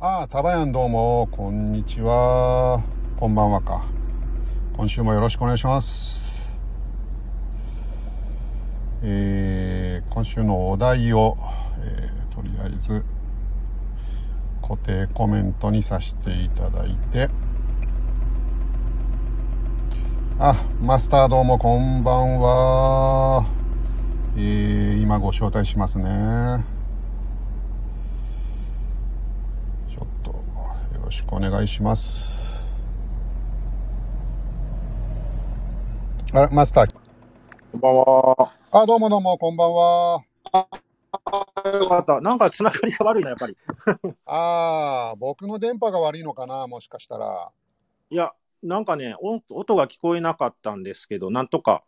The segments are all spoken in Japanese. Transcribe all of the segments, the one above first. ああ、タバヤンどうも、こんにちは。こんばんはか。今週もよろしくお願いします。えー今週のお題を、えーとりあえず、固定コメントにさせていただいて、あ、マスターどうもこんばんは。えー今ご招待しますね。ちょっとよろしくお願いします。あら、マスター。こんばんは。あ、どうもどうも、こんばんは。あよかった。なんかつながりが悪いな、やっぱり。ああ、僕の電波が悪いのかな、もしかしたら。いや、なんかね、音音が聞こえなかったんですけど、なんとか。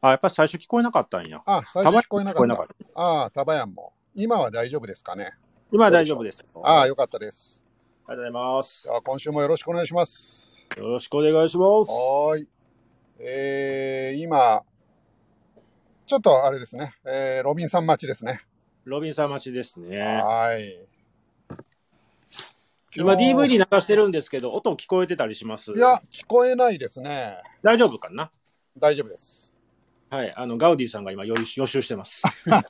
あ、やっぱり最初聞こえなかったんや。あ、最初聞こえなか聞こえっなた。かった。ああ、タバヤンも。今は大丈夫ですかね。今は大丈夫です。あああ、りよかったです。がとうございますじゃ。あ、今週もよろしくお願いします。よろしくお願いします。はーい。えー、今、ちょっとあれですね、えーロビンさん待ちですね。ロビンさん待ちですね。はーい。今今日 DVD 流してるんですけど、音聞こえてたりします。いや、、聞こえないですね。大丈夫かな大丈夫です。はい。あの、ガウディさんが今予習予習してます。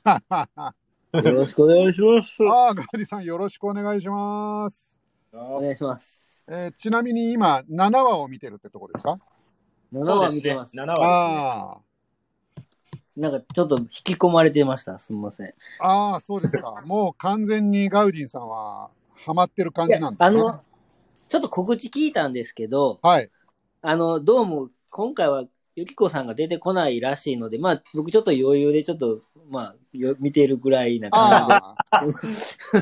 ああ、よろしくお願いします。ガーディさん、よろしくお願いします。お願いします。えーちなみに今、7話を見てるってとこですかそ7うで話す見てね。ます。 7話あなんかちょっと引き込まれてました。すみません。あ、ああ、そうですか。もう完全にガウディさんは、ハマってる感じなんであすね。の、ちょっと告知聞いたんですけど、はい。あの、どうも今回はゆきこさんが出てこないらしいので、まあ僕ちょっと余裕でちょっと、まあよ見てるぐらいな感じで。ああ。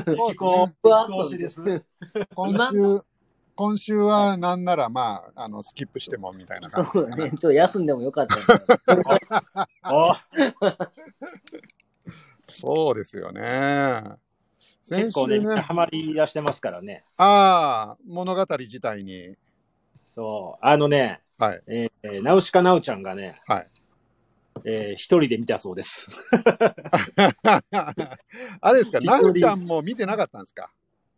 そ うですねふわっと推しですね今週、今週はなんならまあ、あの、スキップしてもみたいな感じそ うだね。ちょっと休んでもよかったんだあそうですよね。結先週構ね、みんなね、ハマり出してますからね。ああ、物語自体に、そう。あのね、はい、えー、ナウシカナウちゃんがね、はい。えー一人で見たそうです。 あれですか、一人なるちゃんも見てなかったんですか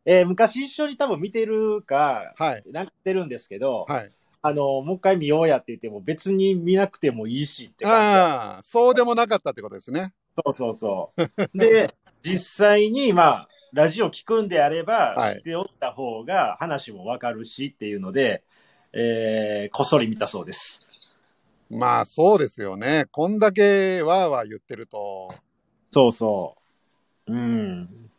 えー昔一緒に多分見てるか、はい、なんか見てるんですけど、はい。あの、もう一回見ようやって言っても別に見なくてもいいしって感ああ、そうでもなかったってことですね。じ。そうそうそう。 で、実際に、まあ、ラジオ聞くんであれば、はい知っておった方が話もわかるしっていうので、えーこっそり見たそうです。まあ、そうですよね。こんだけわーわー言ってると、そうそう。うん。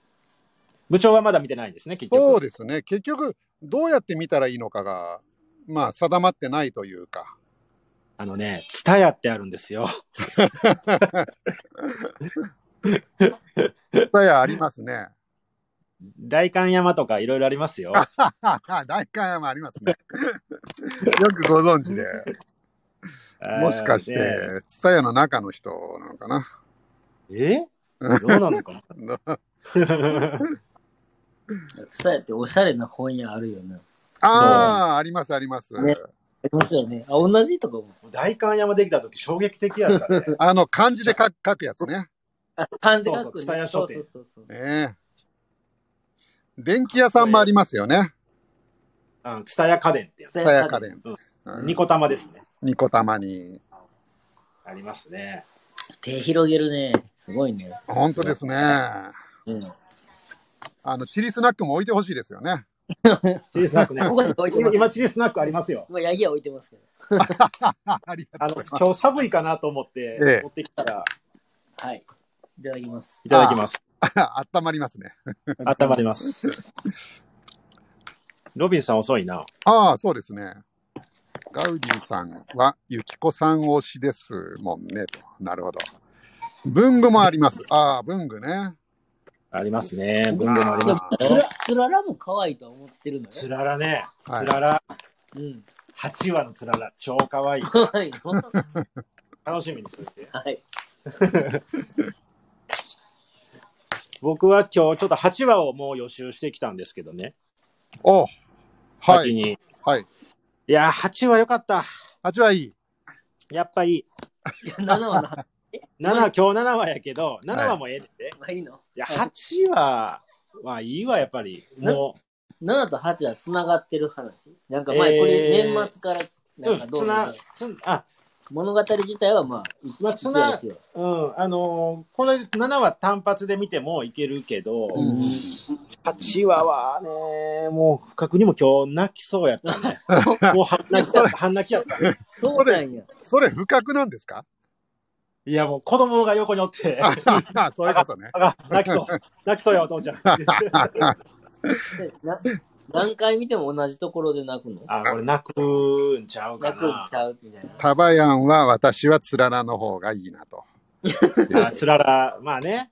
部長はまだ見てないんですね、結局。そうですね。結局、どうやって見たらいいのかが、まあ、定まってないというか。あのね、ツタヤってあるんですよ。答えありますね。 代官山とかいろいろありますよ。大観山ありますね。 よくご存知で。もしかしあー。て、ツタヤの中の人なのかな。ねえどうなのか なけど。伝えておしゃれな本屋あるよね。ああ、あります、あります。ねありますよね。あ、同じとかも。代官山できた時衝撃的やったね。あの、漢字で書く書くやつね。あ、漢字書そうく、そう蔦ね。屋書店そうそうそうねえ電気屋さんもありますよね。うん、ツタヤ家電ってやつ。そう。蔦屋家電。うんニコ玉ですね。ニコ玉に。あります ね。手広げるね。すごいね。本当ですね。あうん。の、チリスナックも置いてほしいですよね。チリスナックね。ここに置いてます。今、チリスナックありますよ。今、ヤギは置いてますけど。あありがあとうのござい、今日寒いかなと思ってええ、持ってきたら、はい。いただきます。いただきます。ます。あったまりますね。温まります。ロビンさん遅いな。ああ、そうですね。ガウディさんは、ゆきこさん推しですもんね。となるほど。文具もあります。ああ、文具ね。ありますね。文具もあります。つらつららも可愛いとは思ってるのつね。ららね。はいつらら。うん。 8話のつらら。超可愛い。可愛いの。楽しみにしといて。はい。僕は今日ちょっと8話をもう予習してきたんですけどね。おうは先い。に。はい。いやー、8話良かった。 8はいい。やっぱいい。 7話の話7、今日7話やけど、7話もええで。い、はいいの。や、8話はいいわ、やっぱり。も7と8は繋がってる話。なんか前、これえー年末から、なんかうん、どうつなるな、つあ、物語自体はまあ、まあ一つな一話一うん、あのーこれ7は単発で見てもいけるけど、うん8話はね、もう、不覚にも今日泣きそうやっ たね。もう半泣きやった、半泣きやった。話そうなんや。それ不覚なんですか いや、もう子供が横におって、ああそういうことね。あ泣きそう、泣きそうや、お父ちゃん。でな何回見ても同じところで泣くのあ、これ泣くんちゃうか泣くんなち。ゃうみたいな。タバヤンは私はつららの方がいいな と。あつらら、まあね。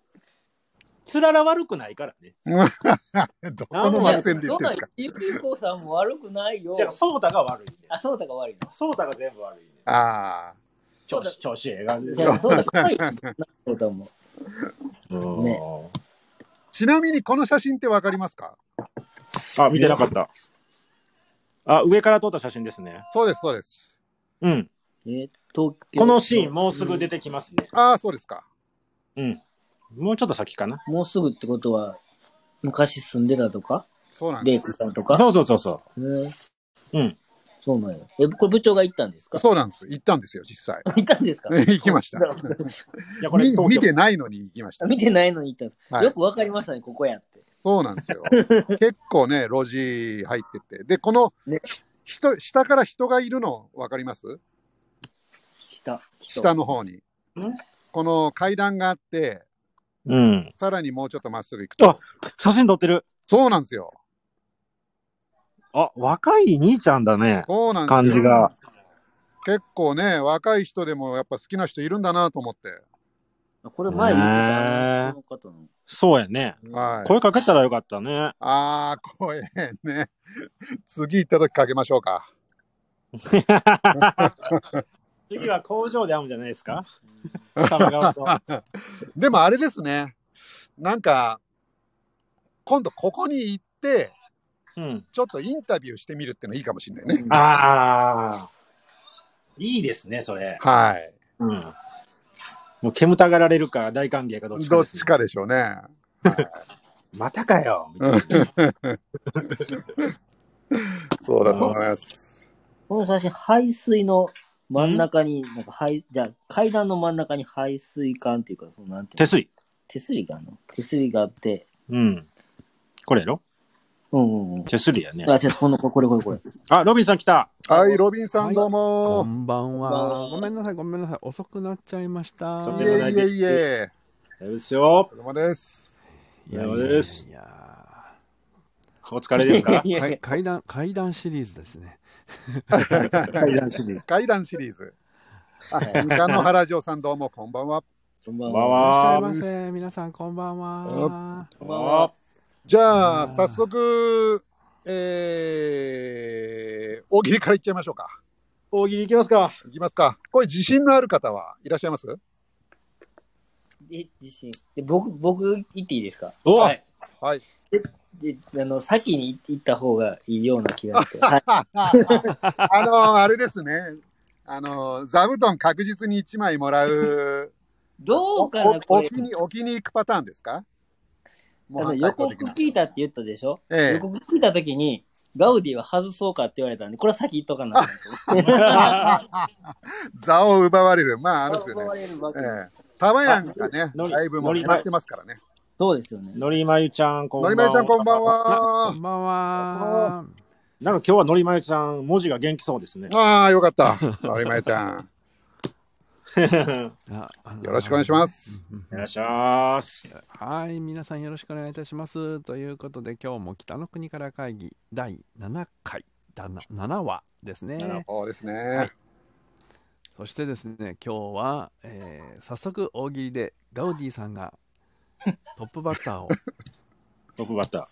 つらら悪くないからね。どこの目線で言ってるんですかゆきこさんも悪くないよじ。ゃあ、ソーダが悪いね。あ、そうたが悪いの。ソーダが全部悪いね。あ調子、調子ええ感じじでゃあ、そうたが悪いの。そうたも。ねね、あ。ちなみにこの写真ってわかりますかあ、見てなかった。あ、上から撮った写真ですね。そうです、そうです。うん。えー東京このシーン、もうすぐ出てきますね。ああ、そうですか。うん。もうちょっと先かな。もうすぐってことは、昔住んでたとか、そうなんレイでクす。さんとか。そうそうそうそうん。う。うん。そうなんや。え、これ部長が行ったんですか そうなんです。行ったんですよ、実際。行ったんですか 行きました。いや、これ、み見て東ないのに行きました あ。見てないのに行った。はいよくわかりましたね、ここやって。そうなんですよ。結構ね、路地入ってて。で、この、ね人下から人がいるの分かります下。人下。の方にん。この階段があって、京。うん。さらにもうちょっとまっすぐ行くあと。写真撮ってる。そうなんですよ。あ、若い兄ちゃんだね。そうなんですよ。感じが。。結構ね、若い人でもやっぱ好きな人いるんだなと思って。あこれ前言ってへたーこの方の。そうやね。はい。声かけたらよかったね。あー、声ね。 次行った時かけましょうか。 次は工場で会うんじゃないですか。玉川とでもあれですね。なんか、今度ここに行って、うん。ちょっとインタビューしてみるってのいいかもしれないね。ああ。いいですね、それ。はい。うん。もう煙たがられるか大歓迎かどっちかどでっすちね、かでしょうね。またかよ。そうだと思います。この写真、排水の真ん中に、なんか排、じゃあ階段の真ん中に排水管っていうか、そのなんていう手のすり。手すりがあるの手すりがあって、うん。これやろうんうんうん。手すりやね。あ、違う、この、これこれこれ。あ、ロビンさん来た。はい、ロビンさはんいどうこも。んばんこんばんはは。ごめんなさい、ごめんなさい。遅くなっちゃいました。とんいでもなえいいえいえ。ですよお。疲れ様です。いやいやいお疲れ様やいやですお疲れです かいやいかやい階段、階段シリーズですね。階段シリーズ。怪談シリーズ。あ、 中野原城さんどうも、こんばんは。こんばこんんばんいは。らはっしゃいませ。皆さん、こんばんは。こんばんは。じゃあ、うん早速、えー、大喜利からいっちゃいましょうか。大喜利いきますか。いきますか。これ、自信のある方はいらっしゃいますえ、自身。で僕、僕、言っていいですかおはいはい。で、あの、先に行った方がいいような気がして。はい。あの、あれですね。あの、座布団確実に1枚もら う、どおうかな、これ置。きに、置きに行くパターンですかもあのう予反対告的な聞いたって言ったでしょ、ええ予告聞いたときに、ガウディは外そうかって言われたんで、これは先言っとかなあかんと思って。座を奪われる。まあ、あれですよ思ね。われるわけええタワヤンがね、のりだいぶもう決まってますからね。そうですよね。のりまゆちゃん、こんばのんは。りまゆちゃん、こんばんあはこ。んばんは。なんか今日はのりまゆちゃん、文字が元気そ うですね。ああ、よかった。のりまゆちゃん。ああのよろしくお願いします。うんいらっしゃいまーす。 はい、皆さんよろしくお願いいたします。ということで、今日も北の国から会議第7回、だな7話ですなるね。ほどですね。いそしてですね、今日は、えー早速大喜利でガウディさんがトップバッターをトップバッタ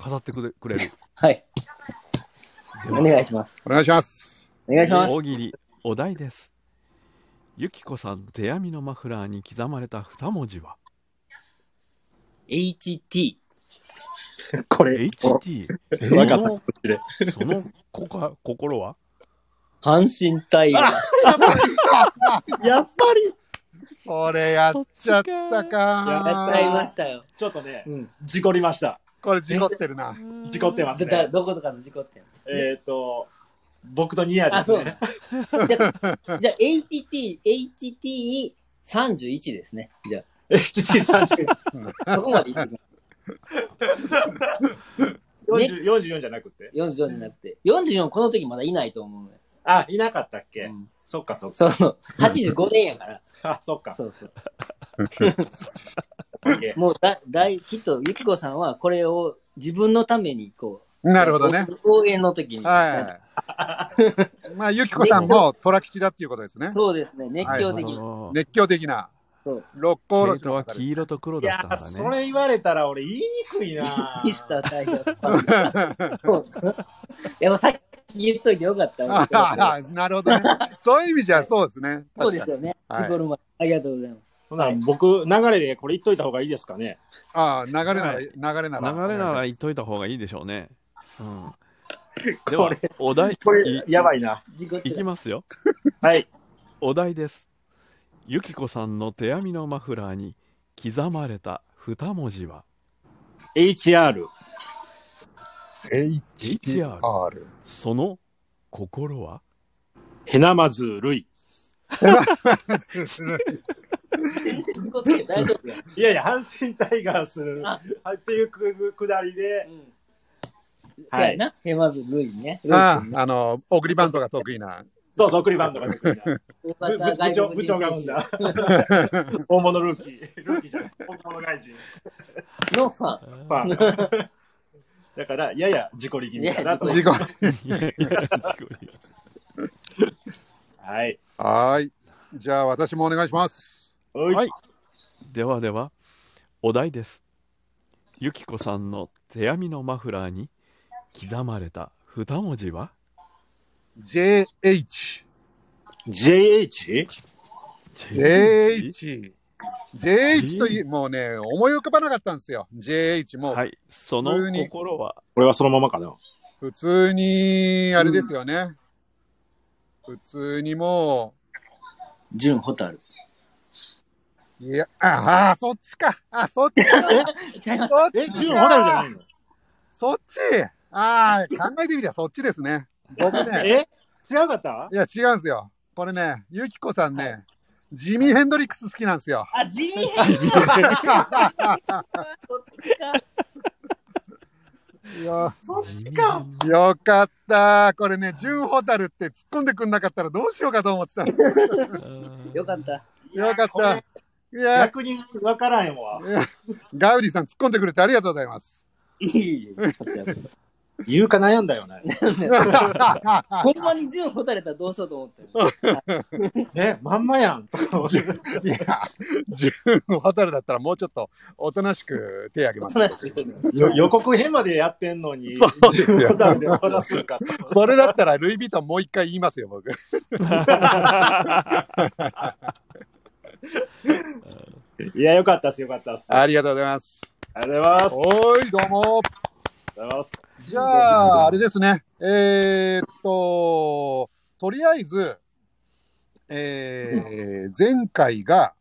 飾ってくれくれる。はい。でおは願いします。お願いします。お願いします。大喜利お題ですゆきこさん手編みのマフラーに刻まれた二文字は HT。ー。これ、 HT おわかったそのこっちで。そのこか心は阪神タイガース。やっぱりそれやっちゃったそっちか。やっちゃいましたよ。ちょっとね、うん。事故りました。これ事故ってるな。事故ってますどだどことかの事故ってんのえっ、と、僕とニアであ、すそうね。 なんだじゃあ、じゃあ HT、HT31 ですね。じゃ HT31。あ、そこまで行ってくれね。 44じゃなくて。 44じゃなくて。44この時まだいないと思うね。あ、いなかったっけ、うんそっかそっか。その、85年やから。あ、そっか。そうそう。オッケーもうだ、だい、きっと、ゆきこさんはこれを自分のために、こう。なるほどね。。応援の時に。 はい。まあ、ゆきこさんも虎吉だっていうことですね。そうですね。熱狂的はに。いど熱狂的なそう。六甲お毛ろし糸のは方で黄色と黒いだっやたー、かそらね。れ言われたら俺言いにくいなミスター太陽スパン。 でもさっき言っといてよかったわ。ああ、 なるほどね。そういう意味じゃそうですね。そうで確すかによね。はい日頃もありがとうございます。ほな僕、流れでこれ言っといた方がいいですかね。ああ、流れなら、はい流れなら。流れなら言っといた方がいいでしょうね。うん、でこはれ、お題これ、やばいいな。自己 いきますよ。はい。お題です。ゆきこさんの手編みのマフラーに刻まれた二文字は HR。 HR。その心はへなまずるい。大丈夫や。いやいや、阪神タイガースあっていうくくだりでう、んそうやな。へまず、ルイね。ルイあ君ねあ、あの、送りバントが得意な。そうそう、送りバンドが得意な大部型部長部外国長人が生ん選手だ 大物ルーキー、ルーキーじゃない、大物外人、のファン。ファン。だから、やや自己力みかなと。事故。はい。はーい。じゃあ、私もお願いします。は。はいではでは、お題です。ゆきこさんの手編みのマフラーに刻まれた二文字は JH。 JH? JH。JH という、もうね、思い浮かばなかったんですよ。JH もはい、その心はこれはそのままかな。普通に、あれですよね。普通にも純ホタル。う、いや、ああ、そっちか。あ、そっちか。ちゃいました。そっえ、ち純ホタルじゃかな。いのそっち。ああ、考えてみりゃそっちですね。僕ね。 え違うかったいや、違うんですよ。これね、ゆきこさんね、ジミー・ヘンドリックス好きなんですよ。あ、地味よそっ地味ちなか。よかった。これね、純ホタルって突っ込んでくんなかったらどうしようかと思ってた。よよかった。かっいやたこ。いれや、逆に分からへんわ。ガウディさん突っ込んでくれてありがとうございます。いいよ。こちらこそ言うか悩んだよね。 ほんまに純ホタルやったらどうしようと思ってる。え、まんまやん。いや、純ホタルだったらもうちょっとおとなしく手あげますそん。な人いるのよ予告編までやってんのに、そうですよ純ホタルで話すんかと。それだったらルイ・ヴィトンもう一回言いますよ、僕。 いや、よかったっす、よかったっす。ありがとうございます。ありがとうございます。ありおーい、どうも。がとうございます。じゃあ、あれですね。えーっと、とりあえず、えー、前回が、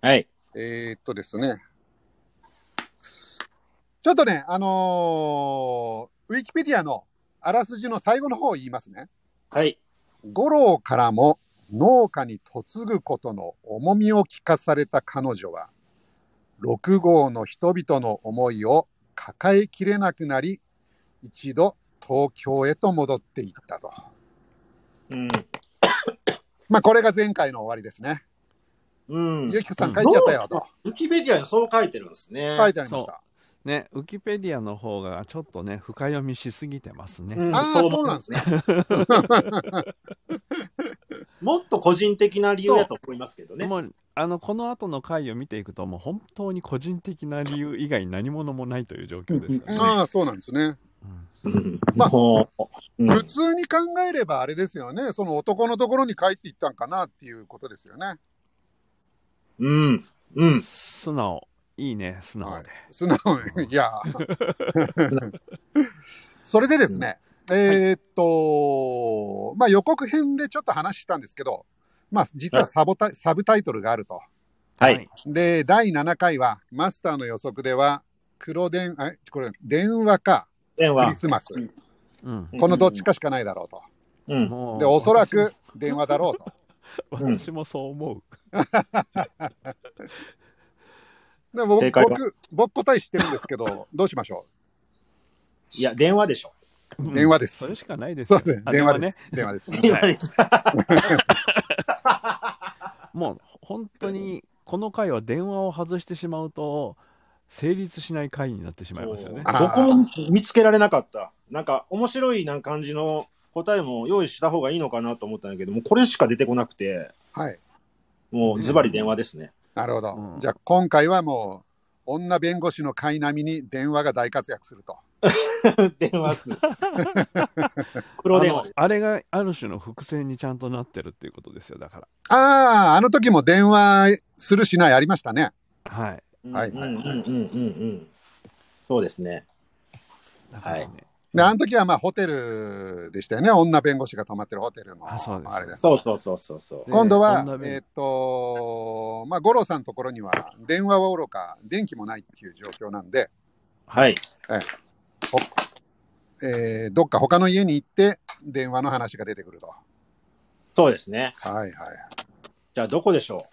はい。えーっとですね。ちょっとね、あのーウィキペディアのあらすじの最後の方を言いますね。はい。五郎からも農家に嫁ぐことの重みを聞かされた彼女は、六号の人々の思いを抱えきれなくなり、一度東京へと戻っていったと。うん。まあ、これが前回の終わりですね。うん。ゆきこさん書いちゃったよとウィキペディアにそう書いてるんですね。書いてありました。ね、ウィキペディアの方がちょっとね、深読みしすぎてますね。うんああ、そうそうなんですね。もっと個人的な理由やと思いますけどね。もうあのこの後の回を見ていくともう本当に個人的な理由以外何物もないという状況ですよね。ああ、そうなんですね。うんうんまあもううん普通に考えればあれですよね。その男のところに帰っていったんかなっていうことですよね。うん。うん。素直いいね素直で、素直に、いや。 それでですね、えーっと、まあ予告編でちょっと話したんですけど、まあ実はサボタイサブタイトルがあると。ははいい。で、第7回は、マスターの予測では、黒電、あ、これ、電話か、電クリ話。スマス。うんうん。このどっちかしかないだろうと。うん。もうで、おそら私く電話だろうと。も私もそう思う。でも正僕、解は僕、僕答え知ってるんですけど、どうしましょいや、電話でしょ。うん電話ですそれしかないでう。すそよう。ですね。あ電話です。電話 です。電話ね。です。はいもう本当にこの回は電話を外してしまうと成立しない回になってしまいますよね。あーどこも見つけられなかった。なんか、面白いなんか感じの答えも用意した方がいいのかなと思ったんだけど、もうこれしか出てこなくて、はい。もうズバリ電話ですね。なるほど。うんじゃあ、今回はもう、女弁護士の会並みに電話が大活躍すると。 電話っ す。黒あ電話のです。あれがある種の伏線にちゃんとなってるっていうことですよだかああ、あの時も電話するしないありましたね。ら。はい。はいうんうんうんうんうん。そうですね。だからねはで、あの時はまあホテルでしたよね。女弁護士が泊まってるホテルの。あそうですあれです。そうそうそうそうそう。で今度は女、弁えーっと、まあ、五郎さんのところには電話はおろか、電気もないっていう状況なんで、はい。えーどっか他の家に行って電話の話が出てくると。そうですね。はいはい。じゃあ、どこでしょ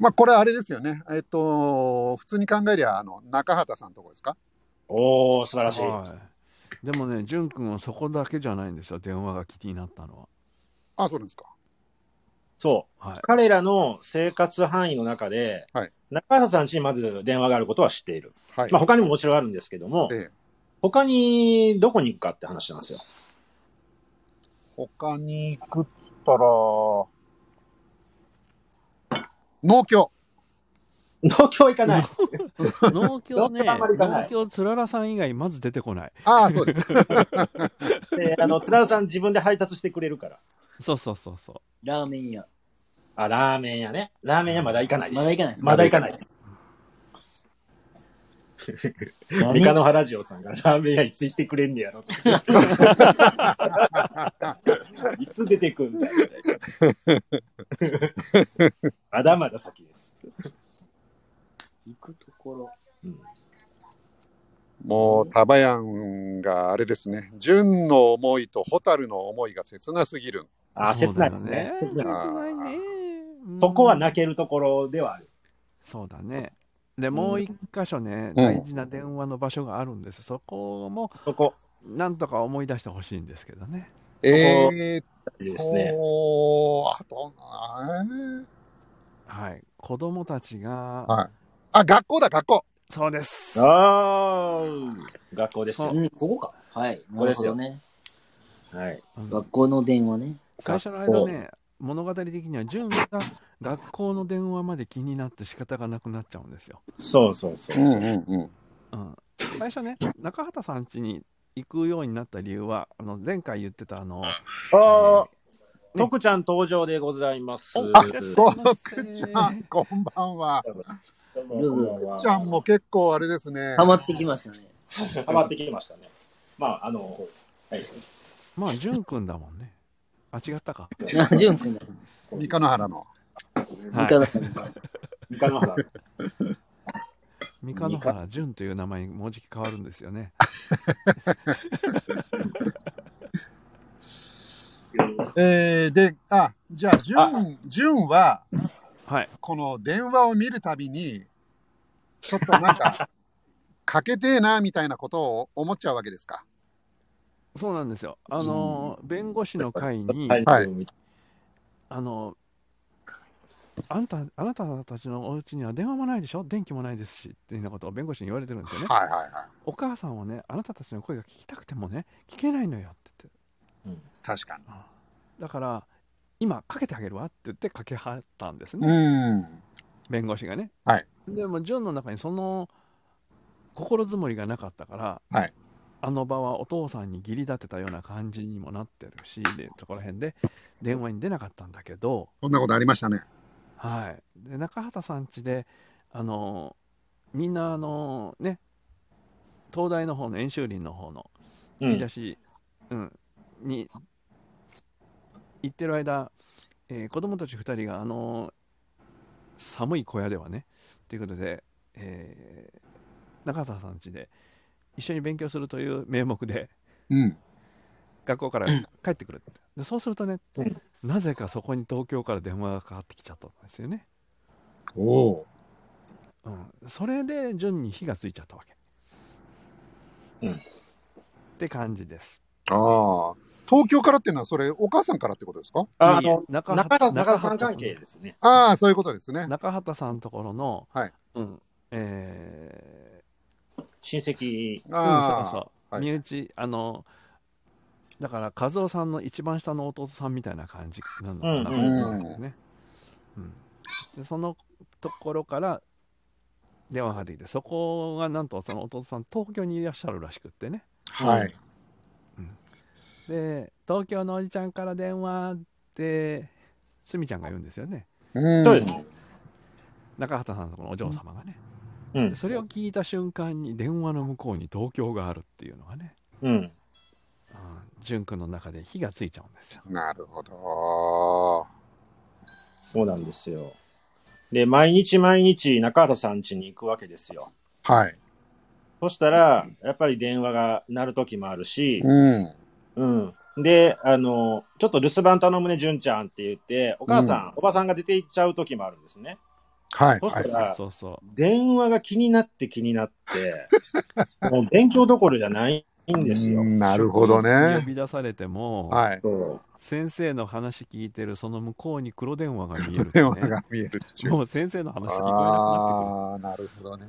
まあ、これあれですよね。えーっと、普通に考えりゃ、あの、中畑さんのとこですかうおー、素晴らしい。はい、でもね淳君はそこだけじゃないんですよ電話が気になったのあ、そうなんですか。そう。は。 はい。彼らの生活範囲の中で、はい中畑さん家にまず電話があることは知っている。はい。まあ、他にももちろんあるんですけども、ええ他にどこに行くかって話なんですよ。 他に行くっつったら、農協。東京行かない。農協ね農協あんまり行かない農協つららさん以外まず出てこない。ああ、そうです。であの、津田さん自分で配達してくれるから。そうそうそうそう。ラーメン屋。あ、ラーメン屋ね。ラーメン屋まだ行かないです。まだ行かないですまだ行かないです。ミカノハラジオさんがラーメン屋いつ行ってくれんねやろって。いつ出てくんだよみたいなまだまだ先です。行くところ。うん もう、タバヤンがあれですね、純の思いと蛍の思いが切なすぎる。あー、そう切なだいよですね。切切ないないね。うんそこは泣けるところではある。そうだね。で、もう一箇所ね、うん大事な電話の場所があるんです。そこも、そこ、なんとか思い出してほしいんですけどね。えーっ大事ですね。と、あと、あーはい。子供たちが、はいあ、学校だ、学校。そうです。ああ、学校ですよそ。うん、ここか。はい。ここですよなるほどね。はい。うん学校の電話ね。最初の間ね、物語的には、純が学校の電話まで気になって仕方がなくなっちゃうんですよ。そうそうそうそう。うんうん。最初ね、中畑さん家に行くようになった理由は、あの、前回言ってた、あの、ああ、ね徳ちゃん登場でございます。おいらっしゃいそまうせ くちゃん、こんばんは。うちゃんも結構あれですねハ。マってきましたね。ハマってきましたね。まあ、あの、はい。まあ、淳君だもんね。あ、違ったか。ジュン君だ。三河原の。はいいただくんだ三河原。三河原淳という名前にもうじき変わるんですよね。えー、で、あ、じゃあ、純、純は、はい。この電話を見るたびに、ちょっとなんか、かけてえな、みたいなことを思っちゃうわけですか。そうなんですよ。あの、弁護士の会に、はいあの、あんた、あなたたちのお家には電話もないでしょ電気もないですし、っていうようなことを弁護士に言われてるんですよね。はいはいはい。お母さんはね、あなたたちの声が聞きたくてもね、聞けないのよって言って。確かに。だから、今、かけてあげるわって言ってかけはったんですね。うん。弁護士がね。はいでも、ジョンの中にその心づもりがなかったから、はいあの場はお父さんに義理立てたような感じにもなってるし、でそこら辺で電話に出なかったんだけど、そんなことありましたね。はい、で中畑さん家で、あのみんな、あのね、東大の方の演習林の方のう言いん出。し、うん、に行ってる間、えー子供たち2人があの寒い小屋ではねっていうことでえー中田さん家で一緒に勉強するという名目でうん。学校から帰ってくるってでそうするとねうんなぜかそこに東京から電話がかかってきちゃったんですよね、おお。うん、それで順に火がついちゃったわけ、うんって感じですああ。東京からっていうのは、それ、お母さんからってことですかあいえいえの、中中畑田、中田さん関係ですね。ああ、そういうことですね。中畑さんのところの、はいうんえ親戚。ーああ、うん、そうそう、はい身内あのだから和夫さんの一番下の弟さんみたいな感じなのかなと思うんだけどね、うんでそのところから電話がかかってきてそこがなんとその弟さん東京にいらっしゃるらしくってねはい。で東京のおじちゃんから電話ってすみちゃんが言うんですよねうんそうですね。中畑さんのこのお嬢様がね、うん。それを聞いた瞬間に電話の向こうに東京があるっていうのがね、うん。うん、純君の中で火がついちゃうんですよ。なるほど。そうなんですよ。で、毎日毎日中畑さん家に行くわけですよ。はい。そしたら、やっぱり電話が鳴る時もあるし、うん。うん。で、あの、ちょっと留守番頼むね、純ちゃんって言って、お母さん、おばさんが出て行っちゃう時もあるんですね。はい。そしはたい。らそうそう電話が気になって気にな って、もう勉強どころじゃないんですよう。んなるほど職員室に呼ね。び出されても、はい。そう先生の話聞いてるその向こうに黒電話が見えるって電話ね、が見えるっていう。もう先生の話聞こえなくなってああ、なるほどね。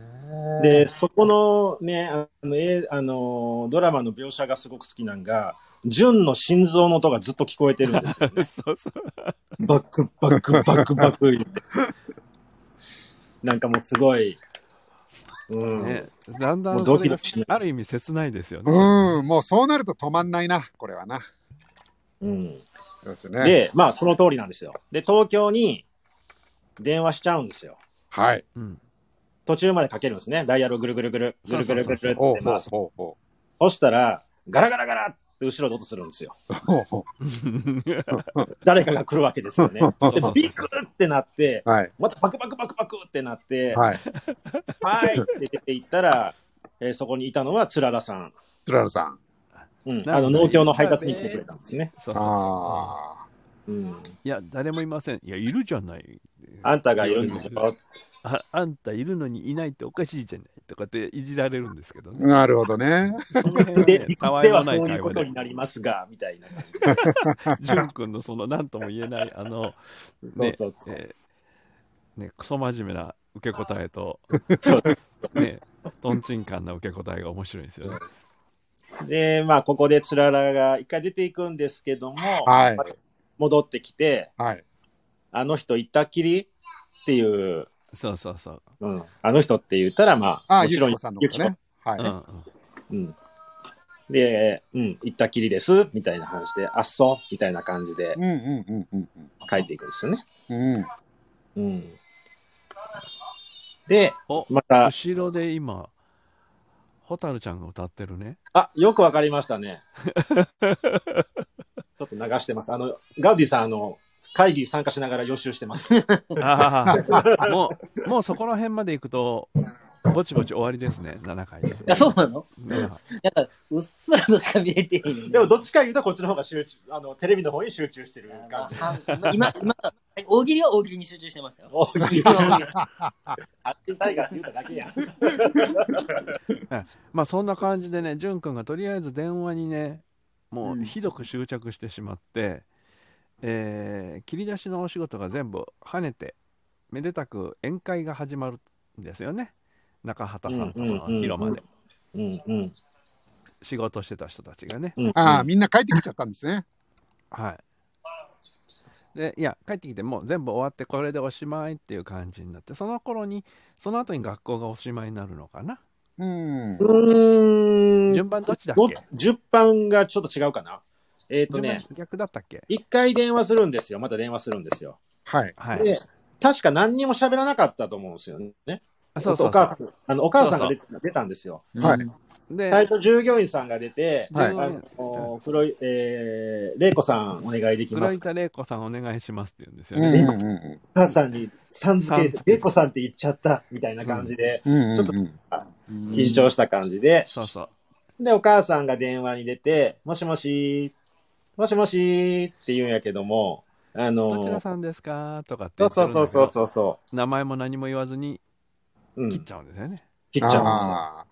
で、そこのね、あの、えあのドラマの描写がすごく好きなんが、純の心臓の音がずっと聞こえてるんですよ。くる。そうそうバックバック バックバック言って。なんかもうすごい。うん。ね、だんだんもうそドれキがドキしないある意味切ないですよね。うん、もうそうなると止まんないな、これはな。うん、そうですね。で、まあその通りなんですよ。で、東京に電話しちゃうんですよ。はい。うん 途中までかけるんですね。ダイヤルをぐるぐるぐる、ぐるぐるぐるぐるほっうてほう回す。ほうほそしたら、ガラガラガラって後ろで音するんですよ。う。ほうほ誰かが来るわけですよね。でそうそうそうビクってなって、う。はい。またバクバクバクバクってなって、ははい。ーいって出て行ったら、えーそこにいたのはつららさん。つららさん。うん、なあるほどの農協の配達に来てくれたんですね。そうそうそうああ。うん、いや、誰もいません。いや、いるじゃない。あんたがいるんですよ。ああんたいるのにいないっておかしいじゃないとかっていじられるんですけどね。なるほどね。その辺はでね、理た屈わでいはもそないういう会こ話とでに、なりますが、みたいな感淳君のその何とも言えない、あの、じ。ねそうそうそう。えーね、クソ真面目な受け答えと、そうね、トンチンカンな受け答えが面白いんですよね。で、まあ、ここでつららが一回出ていくんですけども、はいま。た戻ってきて、はい。あの人行ったっきりっていう、そうそうそう。うん、あの人って言ったら、まあ、ああ、もゆちきろん、こさんのことね。はい。うんうん、うん。で、うん、行ったっきりです、みたいな話で、あっそう、みたいな感じでうんうんうんうん書いていくんですよね。うん。うん。うん。で、おまた、後ろで今、蛍ちゃんが歌ってるね。あ、よくわかりまし たね。ちょっと流してます。あの、ガウディさん、あの、会議参加しながら予習してます。ああ、もう、もうそこら辺まで行くと、ぼちぼち終わりですね、7回で。あ、そうなの7回なんか、うっすらとしか見れてへんよねでも、どっちか言うと、こっちの方が集中、あの、テレビの方に集中してるま感あじ。半今、今、大喜利は大喜利に集中してましたよ。大喜利大喜利は大喜利あっちタイガース言うただけやん。まあそんな感じでね、淳君がとりあえず電話にね、もううんひどく執着してしまって、えー切り出しのお仕事が全部跳ねて、めでたく宴会が始まるんですよね、中畑さんとこの広間で、うんうん。仕事してた人たちがね。うんああ、みんな帰ってきちゃったんですね。はい、でいや帰ってきてもう全部終わってこれでおしまいっていう感じになってその頃にその後に学校がおしまいになるのかなうん。うーん。順番どっちだっどけ10番がちょっと違うかな。えっ、と順番ね、逆だったっけ一回電話するんですよ。また電話するんですよ。はい。はいで、確か何にも喋らなかったと思うんですよね。あそうそうおそ母うさんあのお母さんが出出たんですよ。はい。で、最初従業員さんが出て、はいあ従業員の黒い、えー、玲子さんお願いできま黒すか。板玲子さんお願いしますって言うんですようんね。うんう母さんにさん付さんけ付、け玲子さんって言っちゃったみたいな感じで、んうんうんちょっとうん緊張した感じで、そうそう。で、お母さんが電話に出て、もしもし、もしもしって言うんやけども、あどちらの、さんですかとかってそ言うってそうるんだけそどうそうそうそ名前も何も言わずにう、うん、切切っっちゃうんですよね。ちゃうんあ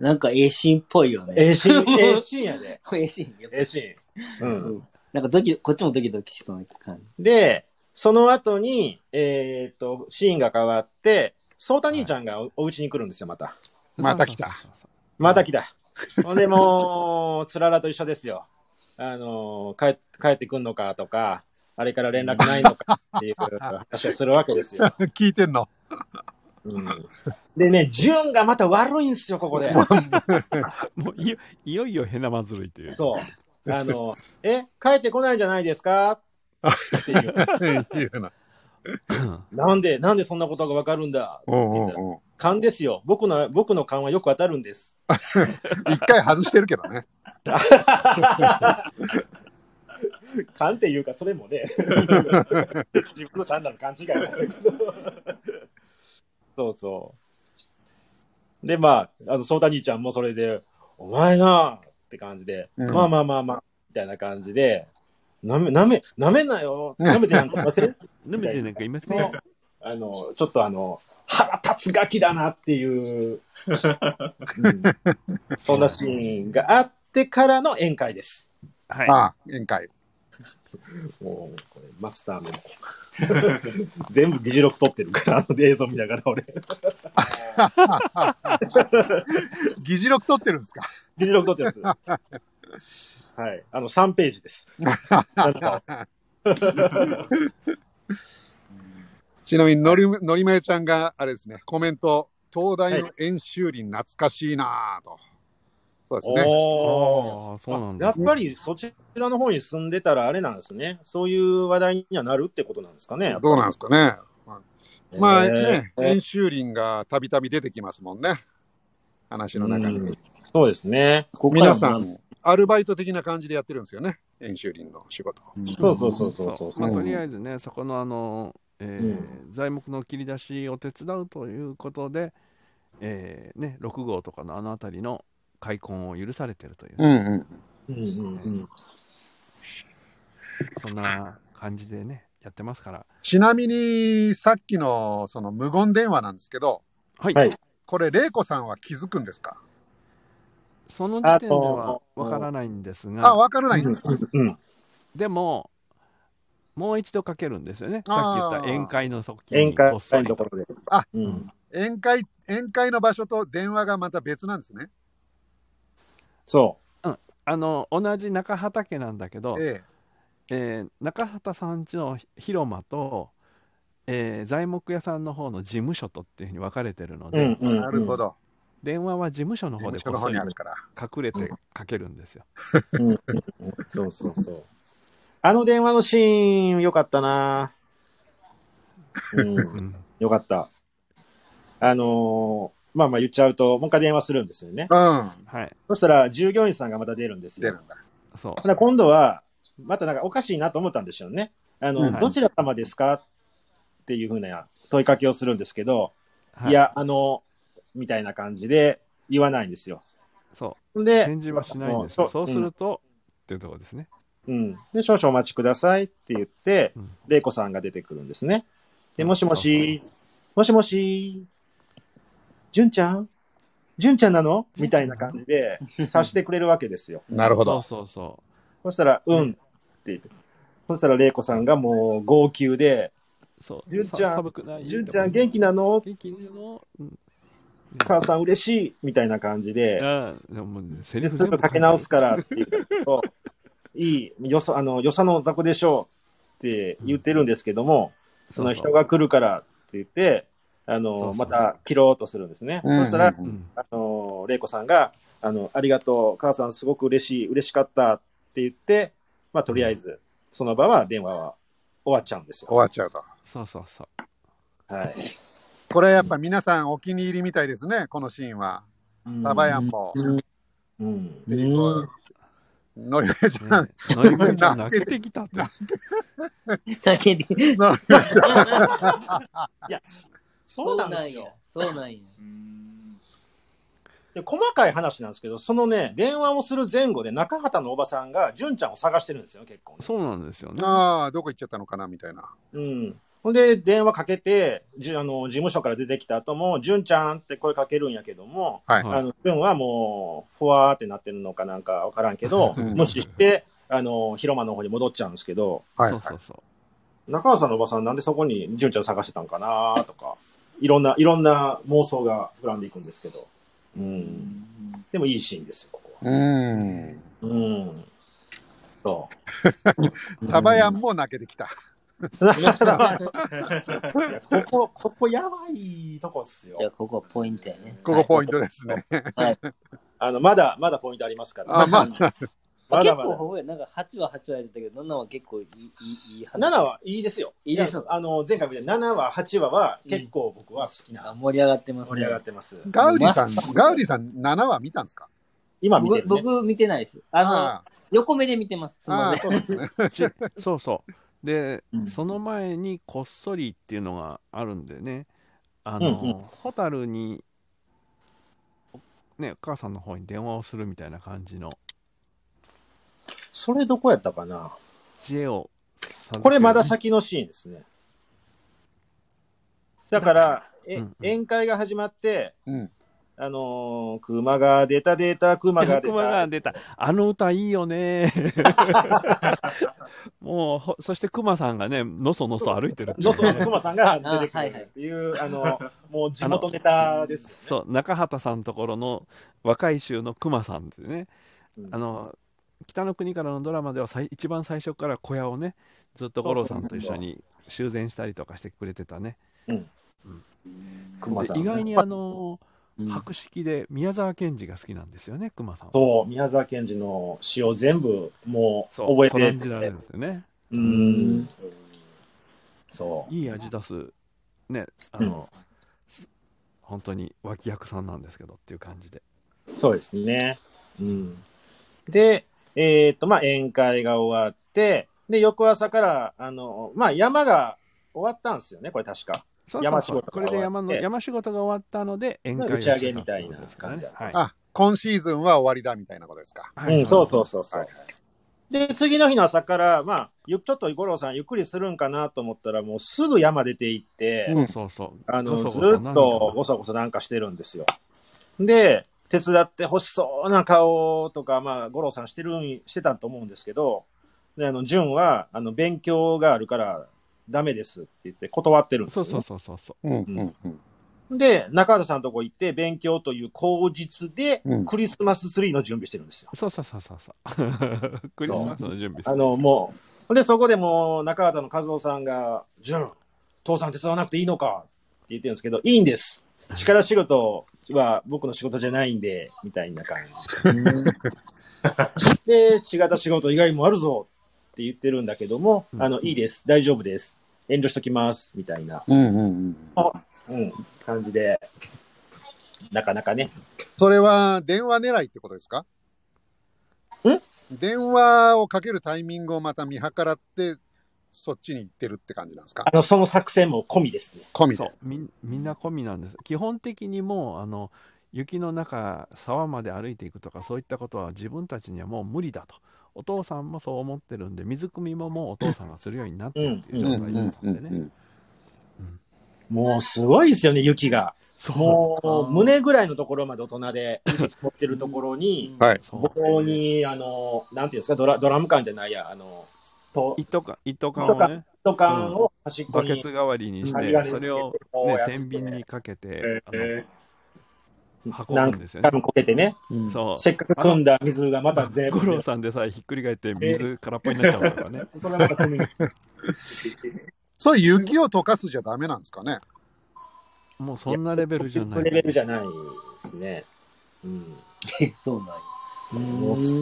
なんか、ええシーンっぽいよね。ですよ。 ええシーン、ええシーンやで。ええシーンよ。ええシーン。うん。なんかドキ、こっちもドキドキしそうな感じ。で、その後に、えーっと、シーンが変わって、ソータ兄ちゃんがおお家に来るんですよ、また。また来たそうそうそうまた来た。ほんで、もう、つ ららと一緒ですよ。あのー、帰帰ってくんのかとか、あれから連絡ないのかっていう話をするわけですよ。ー聞いてんの うんでね、ジュンがまた悪いんですよ、ここで。そうもういよいよいよへなまずるいという。そう。あの、え、帰ってこないんじゃないですかっていう。言うな。なんで、なんでそんなことがわかるんだってうん言ったうらんうん勘ですよ。僕の、僕の勘はよく当たるんです。一回外してるけど ね。勘っていうか、それも ね、自分の単なる勘違いなんだけど。 そうそう。で、まあ、あの、ソータ兄ちゃんもそれで、お前なって感じで、うんまあまあまあまあ、みたいな感じで、なめ、なめ、なめんなよなめてなんかいま せん舐めてなんかいませんのよ。あの、ちょっとあの、腹立つガキだなっ ていう、うんそんなシーンがあってからの宴会です。はい。ああ、宴会。もう、これ、マスターの。 全部議事録撮ってるから、あの映像見ながら俺。議事録取ってるんですか議事録撮ってるやつ。はい。あの、3ページです。なんかちなみにのり、のりまゆちゃんが、あれですね、コメント、東大の演習林懐かしいなぁと。そうですね。おーああ、そうなんやだっ。ぱりそちらの方に住んでたらあれなんですね。そういう話題にはなるってことなんですかね。どうなんですかね。まあえーね、演習林がたびたび出てきますもんね。話の中うにん。そうですね。ここから皆さん、アルバイト的な感じでやってるんですよね。演習林の仕事。そうそうそうそうそう。まあ、うんとりあえずね、そこのあの、えー材木の切り出しを手伝うということで、えーね、6号とかのあの辺りの開墾を許されてるという、うんうん。うんうんうんそんな感じでね、やってますから。ちなみに、さっきの、その無言電話なんですけど、はい。はいこれ、玲子さんは気づくんですか、その時点ではわからないんですあ、が、わからないんですか、うんでも、もう一度かけるんですよね。さっき言った宴会の時宴にこ会っそのりとところで。あうん、宴会、宴会の場所と電話がまた別なんですね。そあの同じ中畑家なんだけど、ええー中畑さん家の広間と、えー材木屋さんの方の事務所とっていうふうに分かれてるのう。で、え、なるほど。ど。電話は事務所の事方で務こ所っのそ方りにある隠から。れてかけるんですよ。そうそうそう。あの電話のシーン、よかったな。うん、うんよかった。あのーまあまあ言っちゃうと、もう一回電話するんですよね。うん、はい、そしたら、従業員さんがまた出るんです出よる。んだ。そだから今度は、またなんかおかしいなと思ったんでしょうね。あの、はいどちら様ですかっていうふうな問いかけをするんですけど、、う、はいや、あの、みたいな感じで言わないんですよ。そでう、返事はしないんですよ。そうすると、っていうところですね。うん、うんで、少々お待ちくださいって言ってうん、玲子さんが出てくるんですね。で、うんもしもし、もしもし、純ちゃん純ちゃんなのみたいな感じで、察してくれるわけですよ。なるほど。そうそうそそしたら、うんって言って。そしたら、玲子さんがもう号泣で、う。そう純ちゃんさ寒くない純ちゃん元気なの元気なの、うん母さん嬉しいみたいな感じで、あーでももうセリでフす全ぐ部かけ直すからって言うと、いい、よそ、あの、よさのお宅でしょうって言ってるんですけども、その人が来るからって言って、あの、そうそまうた切ろうとするんですね。うんそしたら、そうそううんあの、玲子さんが、あの、ありがとう、母さんすごく嬉しい、嬉しかったって言って、まあ、とりあえず、その場は電話は終わっちゃうんです終よ。わっちゃうと。そうそうそう。はい。これやっぱ皆さんお気に入りみたいですね、このシーンは。タバヤンも、うん。テリコ、ノリメちゃん、ねのりこちゃん泣けて きたって。だけで。ノリメちゃん。そうなんですよ。そうなんや。うんで細かい話なんですけど、そのね、電話をする前後で中畑のおばさんが純ちゃんを探してるんですよ、結構、ね。そうなんですよね。ああ、どこ行っちゃったのかなみたいな。うん。ほんで、電話かけて、じあの事務所から出てきた後も、純ちゃんって声かけるんやけども、はい。はあの、純はもう、ふわーってなってるのかなんかわからんけ ど、うん無視して、あの、広間の方に戻っちゃうんですけど、はいはそうい。そうそう。中川さんのおばさんなんでそこに純ちゃん探してたんかなとか、いろんな、いろんな妄想が膨らんでいくんですけど、うん。でもいいシーンですよ、ここは。うーん。うん。そう。タバヤンも泣けてきた。いやここ、ここやばいとこっすじゃあ、よ。ここポイントやね。ここポイントですね。あの、まだ、まだポイントありますから。あままあま結だま構だ。ほぼや、なんか8は8はやったけど、7は結構いいいいいい話。 7はいいですよ。いいですよやあの、前回見て7話、8話は結構僕は好きあな、盛り上がってます、ね。盛り上がってます。 ガウディさん、ガウディさん7話見たんですか今見てる、ね。僕、僕見てないです。あの、あ横目で見てます。すあみあまあ、せん。そうですね。ち そうそう。で、うんその前にこっそりっていうのがあるんでね、あうんうんの、ホタルに、ね、お母さんの方に電話をするみたいな感じのそれどこやったかな知恵を授けるこれまだ先のシーンですね。だから、えうんうん宴会が始まって、うん。あのー、熊が出た出た、熊が出熊がた。出た。あの歌いい よね。もうほ、そして熊さんがね、のそのそ歩いてるっていうのねその熊さんが出てくるって いう、あの、もう地元ネタですよね。そう、中畑さんところの若い衆の熊さんでね、うんあの、北の国からのドラマでは最一番最初から小屋をね、ずっと五郎さんと一緒に修繕したりとかしてくれてたね。熊さんでね。意外にあの、うん博識で宮沢賢治が好きなんですよね、熊さんは。そう、宮沢賢治の詩を全部もうそう、覚えてそらんじられるってね。うーん。そう。いい味出す、ね、あの、す本当に脇役さんなんですけどっていう感じで。そうですね。うん。で、えっ、と、まあ、宴会が終わって、で、翌朝から、あの、まあ、山が終わったんですよね、これ確か。そうそ山う仕そう事これで山のが終わって山仕事が終わったので宴会を打ち上げみたいなしてってことですからね。あ、今シーズンは終わりだみたいなことですか。はい、うん、そうそうそうそう。はいで、次の日の朝から、まあ、ゆちょっと五郎さんゆっくりするんかなと思ったら、もうすぐ山出て行って、そうそうそう。あの、こそこずそっなんとかごそごそなんかしてるんですよ。で、手伝って欲しそうな顔とか、まあ、五郎さんしてるん、してたと思うんですけど、で、あの、淳は、あの、勉強があるから、ダメですって言って断ってるんですそよ、うね。そうそうそうそう。うんうんうん。で、中畑さんのとこ行って、勉強という口実でうん、クリスマスツリーの準備してるんですよ。そうそうそうそうそう。クリスマスの準備すある。の、もう、で、そこでもう、中畑の和夫さんが、淳、父さん手伝わなくていいのかって言ってるんですけど、いいんです。力仕事は僕の仕事じゃないんで、みたいな感じ。で、違った仕事以外もあるぞって言ってるんだけども、うんあの、いいです。大丈夫です。遠慮しときます。みたいな、うんうんうん。うん、感じで、なかなかね。それは電話狙いってことですか電話をかけるタイミングをまた見計らって、そっちに行ってるって感じなんですかあの、その作戦も込みですね。込みそでう。みんみんな込みなんです。基本的にもうあの雪の中沢まで歩いていくとかそういったことは自分たちにはもう無理だと。お父さんもそう思ってるんで水汲みももうお父さんがするようになってるっていうう状ん態だったうんでんうね。んもうすごいですよね、雪が。そもう、胸ぐらいのところまで大人で、雪積もってるところに、はい。う。そうここに、あの、なんていうんですか、ドラドラム缶じゃないや、あの、と、一斗缶一斗缶をね。と缶を端っこバに、ケツ代わりにし針金てにつそけてれを、こうねやっ、て天秤にかけてあえのな運んぶんですよ多ね。分こけてね、そうせっかく汲んだ水がまた全部五出郎て、さんでさえひっくり返って水空っぽになっちゃうとかね。それはまた汲みにそう、雪を溶かすじゃダメなんですかね。もうそんなレベルじゃなレベルい。じゃないですね。うん。そうなんや。 もうす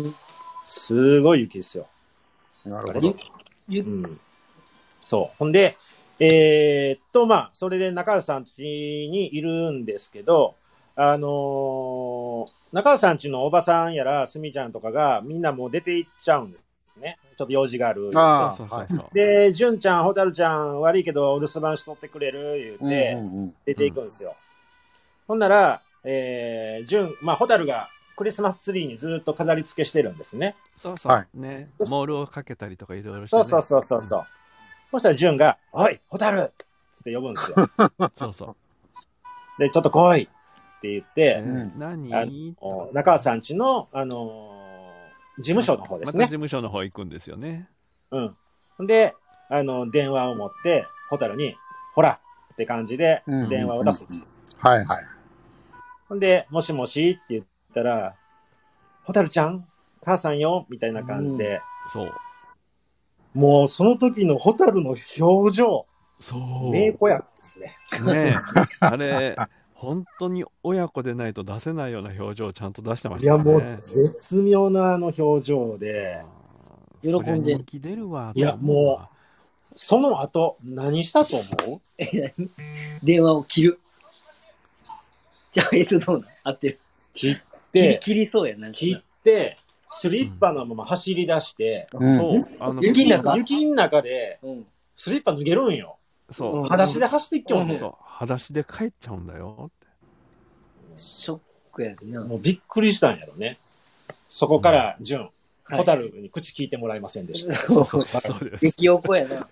すごい雪ですよ。なるあほれど。うん、そう。ほんで、えーっと、まあ、それで中畑さん家にいるんですけど、あのーの、中川さんちのおばさんやら、すみちゃんとかが、みんなもう出て行っちゃうんですね。ちょっと用事がある。あそうそうそうそう。で、純ちゃん、蛍ちゃん、悪いけど、お留守番しとってくれる、言うて、出ていくんですよ。ほんなら、えー、純、まあ、蛍がクリスマスツリーにずっと飾り付けしてるんですね。そうそう、はいね。モールをかけたりとかいろいろして、そね。うそうそうそうそう。そしたら純が、おい、蛍つって呼ぶんです よ。うん。そうそう。で、ちょっと来いって言って、えーうんあ何お中川さんちの、あのー事務所の方ですまた事ね。務所の方行くんですよね。うん。で、あの、電話を持って、蛍に、ほらって感じで、うん電話を出すんです。はいはい。ほんで、もしもしって言ったら、蛍ちゃん母さんよみたいな感じで、そう。もうその時の蛍の表情、そう。名子やですね。ねえあれ、本当に親子でないと出せないような表情をちゃんと出してまいしたや、ね。もう絶妙なあの表情で、喜喜んで人気出るわ。いやもその後、何したと思う電話を切る。じゃあ、 えっと、どうなん合ってる。切っ切りて、切りそうやな。なんか切って、スリッパのまま走り出して、ううんそう。あの、雪のの中中雪の中で、うん。スリッパ脱げるんよ。そうう。ん裸足で走っていっきょんねんそう。裸足で帰っちゃうんだよって。ショックやでな。もうびっくりしたんやろね。そこから、純、ホタルに口聞いてもらえませんでした。そう そうそうです。激おこやな。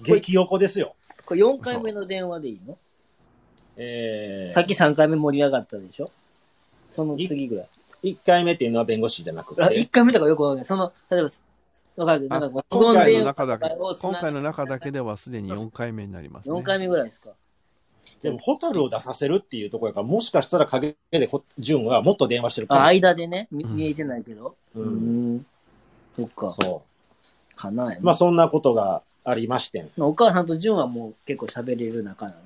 激横ですよ。これ4回目の電話でいいのえさっー、き3回目盛り上がったでしょその次ぐらい。 1回目っていうのは弁護士じゃなくあて1、回目とかよくわかんない。その、例えば、わかるあなんかこう、今回の中だけ保存電話を、つな今回の中だけではすでに4回目になります、ね。 4回目ぐらいですか。でもホタルを出させるっていうところやから、もしかしたら陰でほ純はもっと電話してるかあ、もしれない。間でね、みうん見えてないけど。ううん、ん。そっか。そかなやう。まあな。そんなことがありましてん。お母さんと純はもう結構喋れる仲なの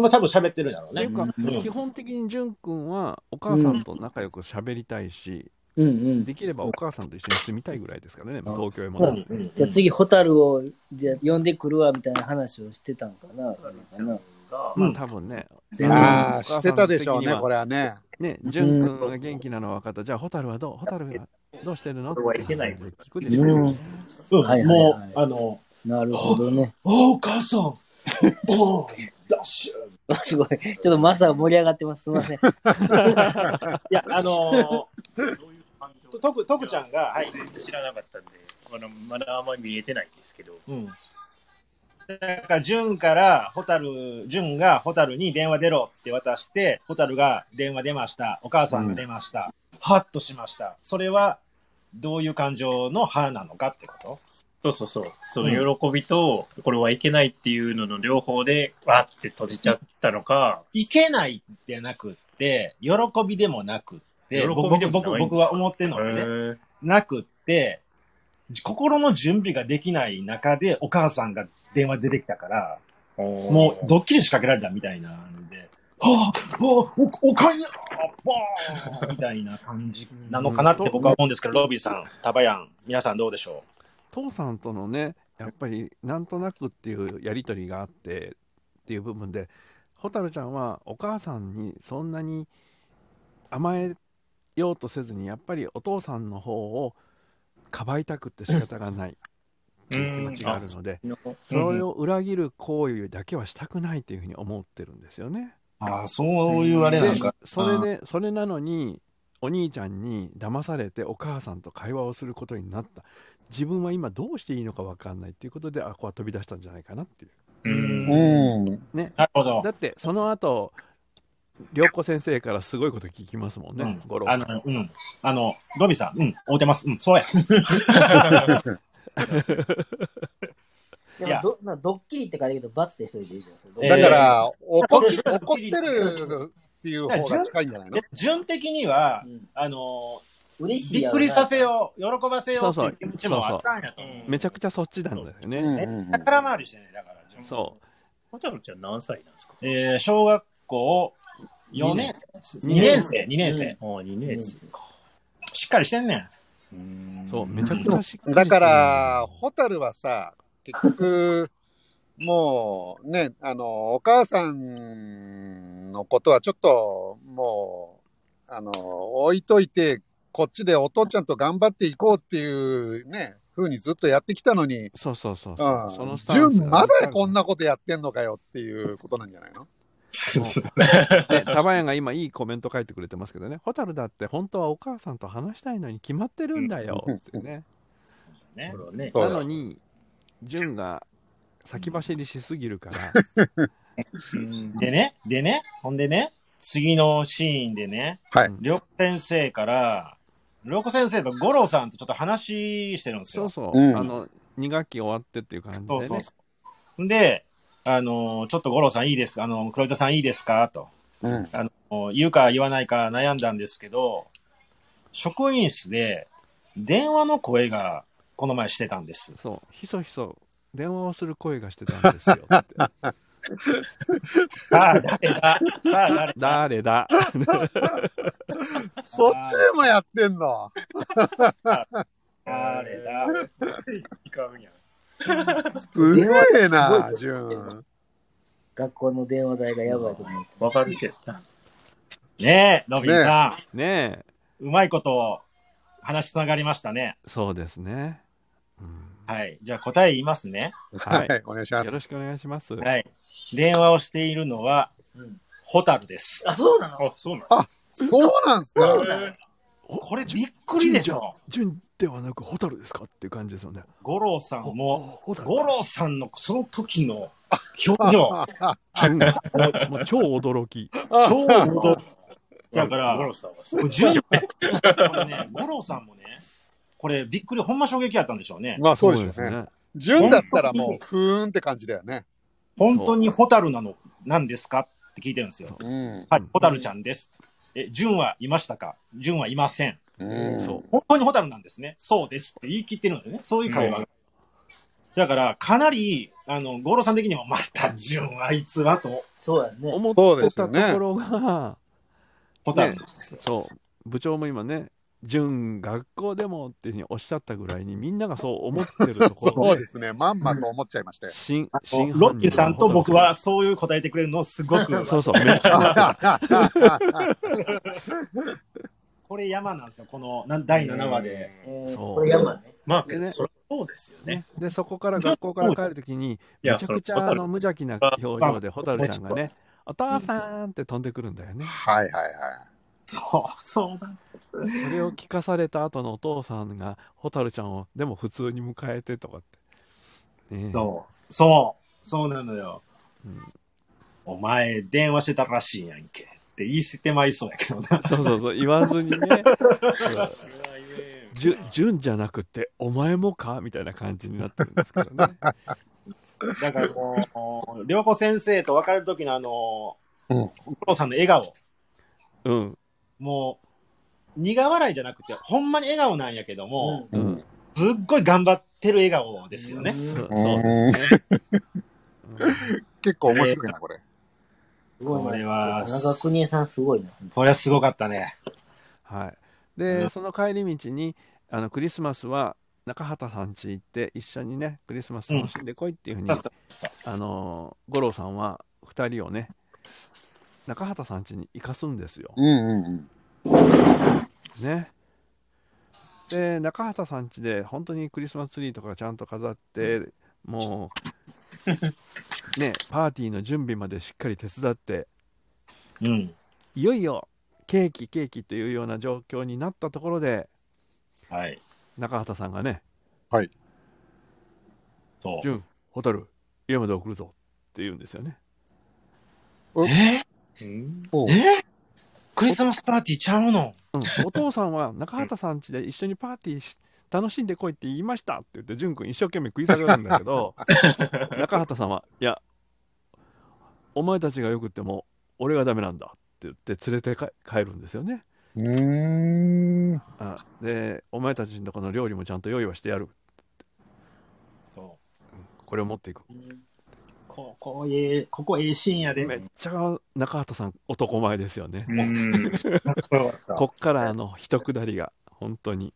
まあ多分喋ってるんだろうっていね。うか、うん基本的に淳君はお母さんと仲良く喋りたいし、うんうん。できればお母さんと一緒に住みたいぐらいですからね、東京へうもんね。うんじゃあ次、ホタルをじゃあ呼んでくるわみたいな話をしてたんかな。かなまあ多分ね、うんあお母あ、さしんてたでしょう的にね、はこれはね。ね、淳君が元気なのは分かった。じゃあ、蛍はどう蛍はどうしてるのって聞くでしょうね、ううんんはいはいも、はいうあの、なるほどね。おお母さん、ボーン、ダッシュ。あすごい。ちょっとマスターが盛り上がってます。すみません。いや、あのー、とく、とくちゃんが、はい。知らなかったんで、あのまだあんまり見えてないんですけど、うん。なんか、潤から、ホタル、潤がホタルに電話出ろって渡して、ホタルが電話出ました。お母さんが出ました。はっとしました。それは、どういう感情の歯なのかってことそうそうそう、その喜びと、これはいけないっていうのの両方で、わーって閉じちゃったのか、いけないでなくって、喜びでもなくって、喜僕びで僕、もないんです僕僕はか思ってるへのね。ーなくって、心の準備ができない中でお母さんが電話出てきたから、もうドッキリ仕掛けられたみたいなんで、はあ、はあ、お、おかんやバーンみたいな感じなのかなって僕は思うんですけど、ロビーさん、タバヤン、皆さんどうでしょ父さんとのね、やっぱりなんとなくっていうやりとりがあってっていう部分で、蛍ちゃんはお母さんにそんなに甘えようとせずに、やっぱりお父さんの方をかばいたくって仕方がないっていう気持ちがあるので、それを裏切る行為だけはしたくないというふうに思ってるんですよね。うああ、そういうあれなんか。それでそれなのにお兄ちゃんに騙されてお母さんと会話をすることになった自分は今どうしていいのか分かんないっていうことであここは飛び出したんじゃないかなっていうううんん。ねなるほどだ。ってその後良子先生からすごいこと聞きますもんね、うん五郎さあんの、うん。あの、ロビーさん、うん、会うてます。うん、 そうや。でいもやど、なドッキリって書いてるけど、罰でしといていいじゃんそれ。えーだから、怒っえー怒ってるっていう方が近いんじゃないので順的にはう、んあの、嬉しいびっやくろなりさせよう、喜ばせようっていうそそうう気持ちもあったんやと思う。めちゃくちゃそっちなんだよね、うんめっうんうんちゃ空回りしてね、だから。自分そう渡野ちゃん何歳なんですかえー小学校4年、2年生、2年生。ああ、2年生か。しっかりしてんねん。そうめちゃくちゃしっかりしてるだから、ホタルはさ、結局、 もうね、あの、お母さんのことはちょっと、もう、あの、置いといて、こっちでお父ちゃんと頑張っていこうっていうね、風にずっとやってきたのに、そうそうそううそう。んそのスタンス純がまだこんなことやってんのかよっていうことなんじゃないの ね、タバヤンが今いいコメント書いてくれてますけどね、ホタルだって本当はお母さんと話したいのに決まってるんだよってね。ねね。ねそうなだのに、純が先走りしすぎるから、でね、でね、ほんでね、次のシーンでね、はいうんりょうこ先生から、りょうこ先生と五郎さんとちょっと話してるんですそよ。うそう、うんあの、2学期終わってっていう感じでそね。うそうそう。で、あの、ちょっと五郎さんいいですか、あの、黒板さんいいですかと。うん。あの、言うか言わないか悩んだんですけど、職員室で電話の声がこの前してたんです。そうひそひそ電話をする声がしてたんですよってさあ、誰ださあ、誰だ誰だそっちでもやってんの誰だいかんやんすげえな、すごい純。学校の電話代がやばいと思う。わかるけどな。ねえ、ロビンさん、ねえうまいこと話つながりましたね。そうですね、うんはい。じゃあ答え言いますね。ははいい、お願いしますよ。ろしくお願いします、はい。電話をしているのは、ホタルです。あ、そうなのあ、そうなそうなんすかんだ。これびっくりでしょ。純ではなくホタルですかっていう感じですよね五郎さんも、ホタル五郎さんのその時の表情、純もうもう超驚き超 驚き。だかゴらロ、さんはそう。 10これね、五郎さんもね、これびっくり、ほんま衝撃やったんでしょうね。まあそうでしょうね。ね純だったらもう、ふーんって感じだよね。本当にホタルなの、なんですかって聞いてるんですよ。うん。はい、ホタルちゃんです。え、純はいましたか純はいません。うん。そう本当にホタルなんですね。そうですって言い切ってるんでね。そういう会話が。だから、かなり、あの、五郎さん的にも、また純あいつはと、そうだね。思そうってですたよとねころがホタルなんですよ。そう部長も今ね純学校でもっていうふうにおっしゃったぐらいにみんながそう思ってるところ そうですね。まんまと思っちゃいましたよ。新あ新のロッキーさんと僕はそそういう答えてくれるのすごく、うそうめっちゃ思ってたこれ山なんですよ、このなん第7話で。えそーうこれ山ね。まあ、でねそりゃそうですよねね。、でそこから学校から帰るときにいやめちゃくちそれゃ蛍あの無邪気な表情で蛍ちゃんがね「お父さん!」って飛んでくるんだよねはいはいはい。そう、そうなんそれを聞かされた後のお父さんが蛍ちゃんをでも普通に迎えてとかって、ねえそう、そう、そうなのよ。うんお前、電話してたらしいやんけ。って言い捨てまいそうやけどな。そうそうそう言わずにね「じゅ純じゃなくてお前もか?」みたいな感じになってるんですけどねだからこう、良子先生と別れる時のあの、うんお父さんの笑顔。うんもう、苦笑いじゃなくて、ほんまに笑顔なんやけども、ううんんすっごい頑張ってる笑顔ですよね。そうそうですね、うん結構面白いな、これ。すごいこな。れは田中邦衛さんすごいな。これはすごかったね。はい、うでんその帰り道にあのクリスマスは中畑さん家行って一緒にねクリスマス楽しんでこいっていうふうに、そうそうあのー五郎さんは2人をね中畑さん家に行かすんですよ。うんうんうん。ね。で中畑さん家で本当にクリスマスツリーとかちゃんと飾ってもうねパーティーの準備までしっかり手伝ってうん。いよいよケーキケーキっていうような状況になったところではい。中畑さんがねそ「う。潤蛍家まで送るぞ」って言うんですよね。えうんおうクリスマスパーティーちゃうのうん、 お父さんは中畑さん家で一緒にパーティーし楽しんでこいって言いましたって言って潤君一生懸命食い下がるんだ けど中畑さんは「いやお前たちがよくっても俺がダメなんだ」って言って連れてか帰るんですよね。うーん。あでお前たちのとこの料理もちゃんと用意はしてやるそう。これを持っていくここういう、ここええシーンやで。めっちゃ中畑さん男前ですよね。うん。こっからあの一くだりが本当に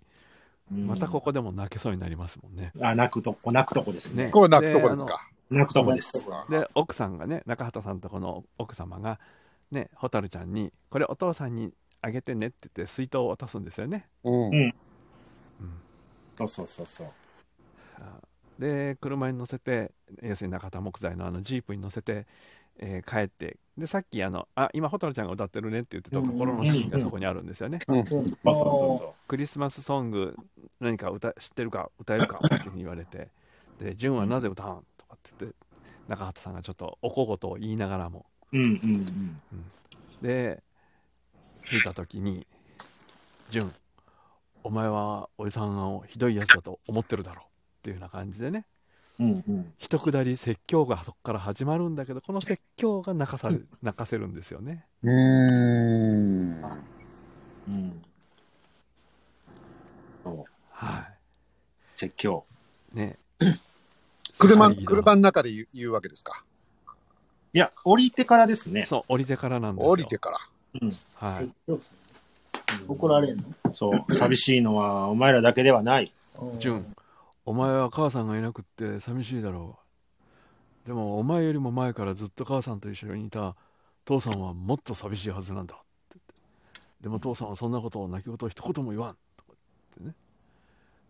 またここ。こでも泣けそうになりますもんね。あ、泣くとこ、泣くとこですね。ねこれ泣くとこですであのか。泣くとこです。で奥さんがね中畑さんとこの奥様がね蛍ちゃんに「これお父さんにあげてねって言って水筒を渡すんですよね。うんうんうんそうそうそうそう。あで車に乗せて要するに中田木材のあのジープに乗せて、えー帰ってでさっきあのあ今蛍ちゃんが歌ってるねって言ってたところのシーンがそこにあるんですよね。そうそうそうそクリスマスソング何か歌知ってるか歌 えるかっていうふうに言われて「で純はなぜ歌わん?」とかって言って中畑さんがちょっとおこごとを言いながらもう。うんうんうん。で着いた時に「純お前はおじさんをひどいやつだと思ってるだろう」っていうような感じでねうんうん。一くだり説教がそこから始まるんだけどこの説教が泣かされ泣かせるんですよね。うーん。うん。そう。は説教。いね車、遮る車の中で言う言うわけですか。いや、降りてからですね。そう降りてからなんですよ。降りてから。はい説教する怒られんの そう。寂しいのはお前らだけではない。純お前は母さんがいなくって寂しいだろうでもお前よりも前からずっと母さんと一緒にいた父さんはもっと寂しいはずなんだって言ってでも父さんはそんなことを泣き言を一言も言わんとか言ってね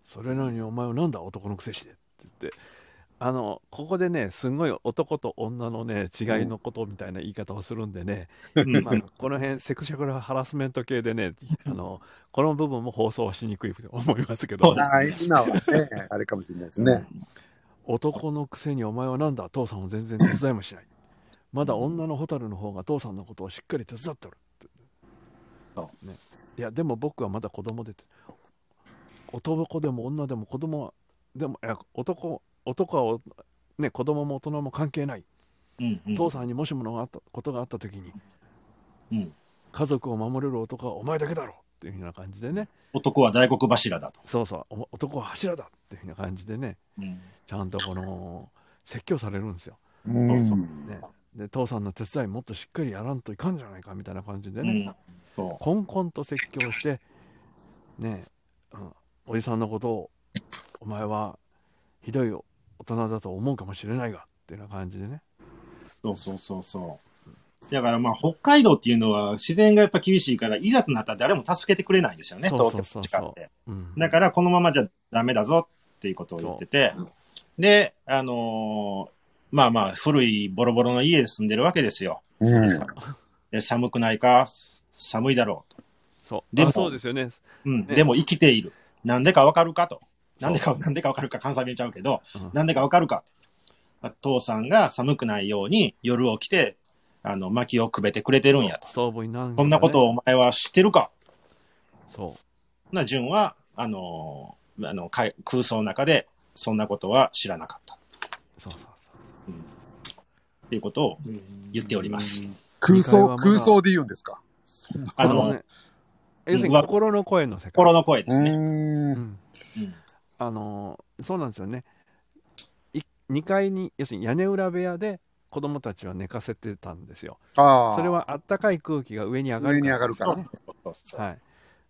それなのにお前はなんだ男のくせしてって言ってあのここでねすごい男と女のね違いのことみたいな言い方をするんでね、まあ、この辺セクシャルハラスメント系でねあのこの部分も放送はしにくいと思いますけどそうですね今はね、あれかもしれないですね。男のくせにお前はなんだ父さんを全然手伝いもしないまだ女の蛍の方が父さんのことをしっかり手伝ってるそね、いやでも僕はまだ子供でて男でも女でも子供はでもいや男男はお、ね、子供も大人も関係ない、うんうん父さんにもしものがあったことがあった時に、うん家族を守れる男はお前だけだろっていうふうな感じでね男は大黒柱だと。そうそうお男は柱だっていうふうな感じでねうん。ちゃんとこの説教されるんですようんそうそうね、で父さんの手伝いもっとしっかりやらんといかんじゃないかみたいな感じでうね、ん。そこんこんと説教してねえ、うん、おじさんのことをお前はひどい大人だと思うかもしれないがっていうような感じでねう。そうそうそうそう。だからまあ、北海道っていうのは自然がやっぱ厳しいから、いざとなったら誰も助けてくれないんですよね、そうそう東京そうそう地下って。うんだからこのままじゃダメだぞっていうことを言ってて、で、あのーまあまあ、古いボロボロの家で住んでるわけですよ。うんで寒くないか寒いだろうと。そうでもあそうですよねうん、ねでも生きている。なんでかわかるかと。なんでか、なんでかわかるか関西弁ちゃうけど、うんなんでかわかるか。父さんが寒くないように夜起きて、あの、薪をくべてくれてるんやと。ストーブになんかねこんなことをお前は知ってるかそな、純は、あのーあの、かい空想の中で、そんなことは知らなかった。うそうそうそううんっていうことを言っております。空二階は想、まだ空想で言うんですか。ああのの、ね要するに心の声の世界心の声ですうね。ー。うんんうんあのーそうなんですよねい2階に要するに屋根裏部屋で子供たちは寝かせてたんですよああ。それはあったかい空気が上に上がる上に上がるからねそうそうはい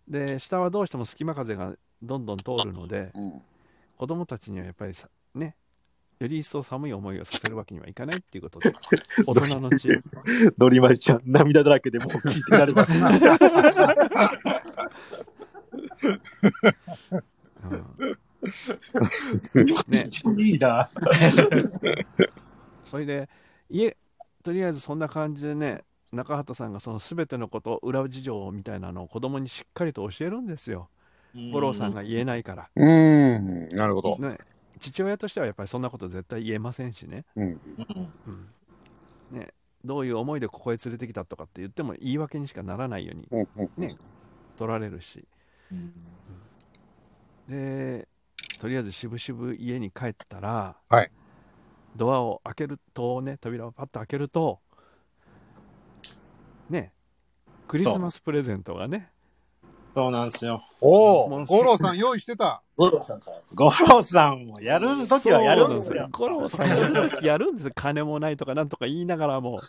で下はどうしても隙間風がどんどん通るのでうん。子供たちにはやっぱりさねより一層寒い思いをさせるわけにはいかないってい うことで大人の知恵ドリマリちゃん、涙だらけでもう聞いてられます。 うんね リーダー。それで家とりあえずそんな感じでね中畑さんがその全てのこと裏事情みたいなのを子供にしっかりと教えるんですよ五郎さんが言えないから、うーん。なるほど。ね、父親としてはやっぱりそんなこと絶対言えませんしね,、うん。うん。うん、ねどういう思いでここへ連れてきたとかって言っても言い訳にしかならないようにうんうんね取られるしでとりあえず渋々家に帰ったら、はいドアを開けるとね扉をパッと開けるとねクリスマスプレゼントがねそうなんですよ。おお、五郎さん用意してた。ゴロさんから。五郎さんもやるときはやるんですそうなよん。五郎さんやる時やるん ですよ金もないとかなんとか言いながらも、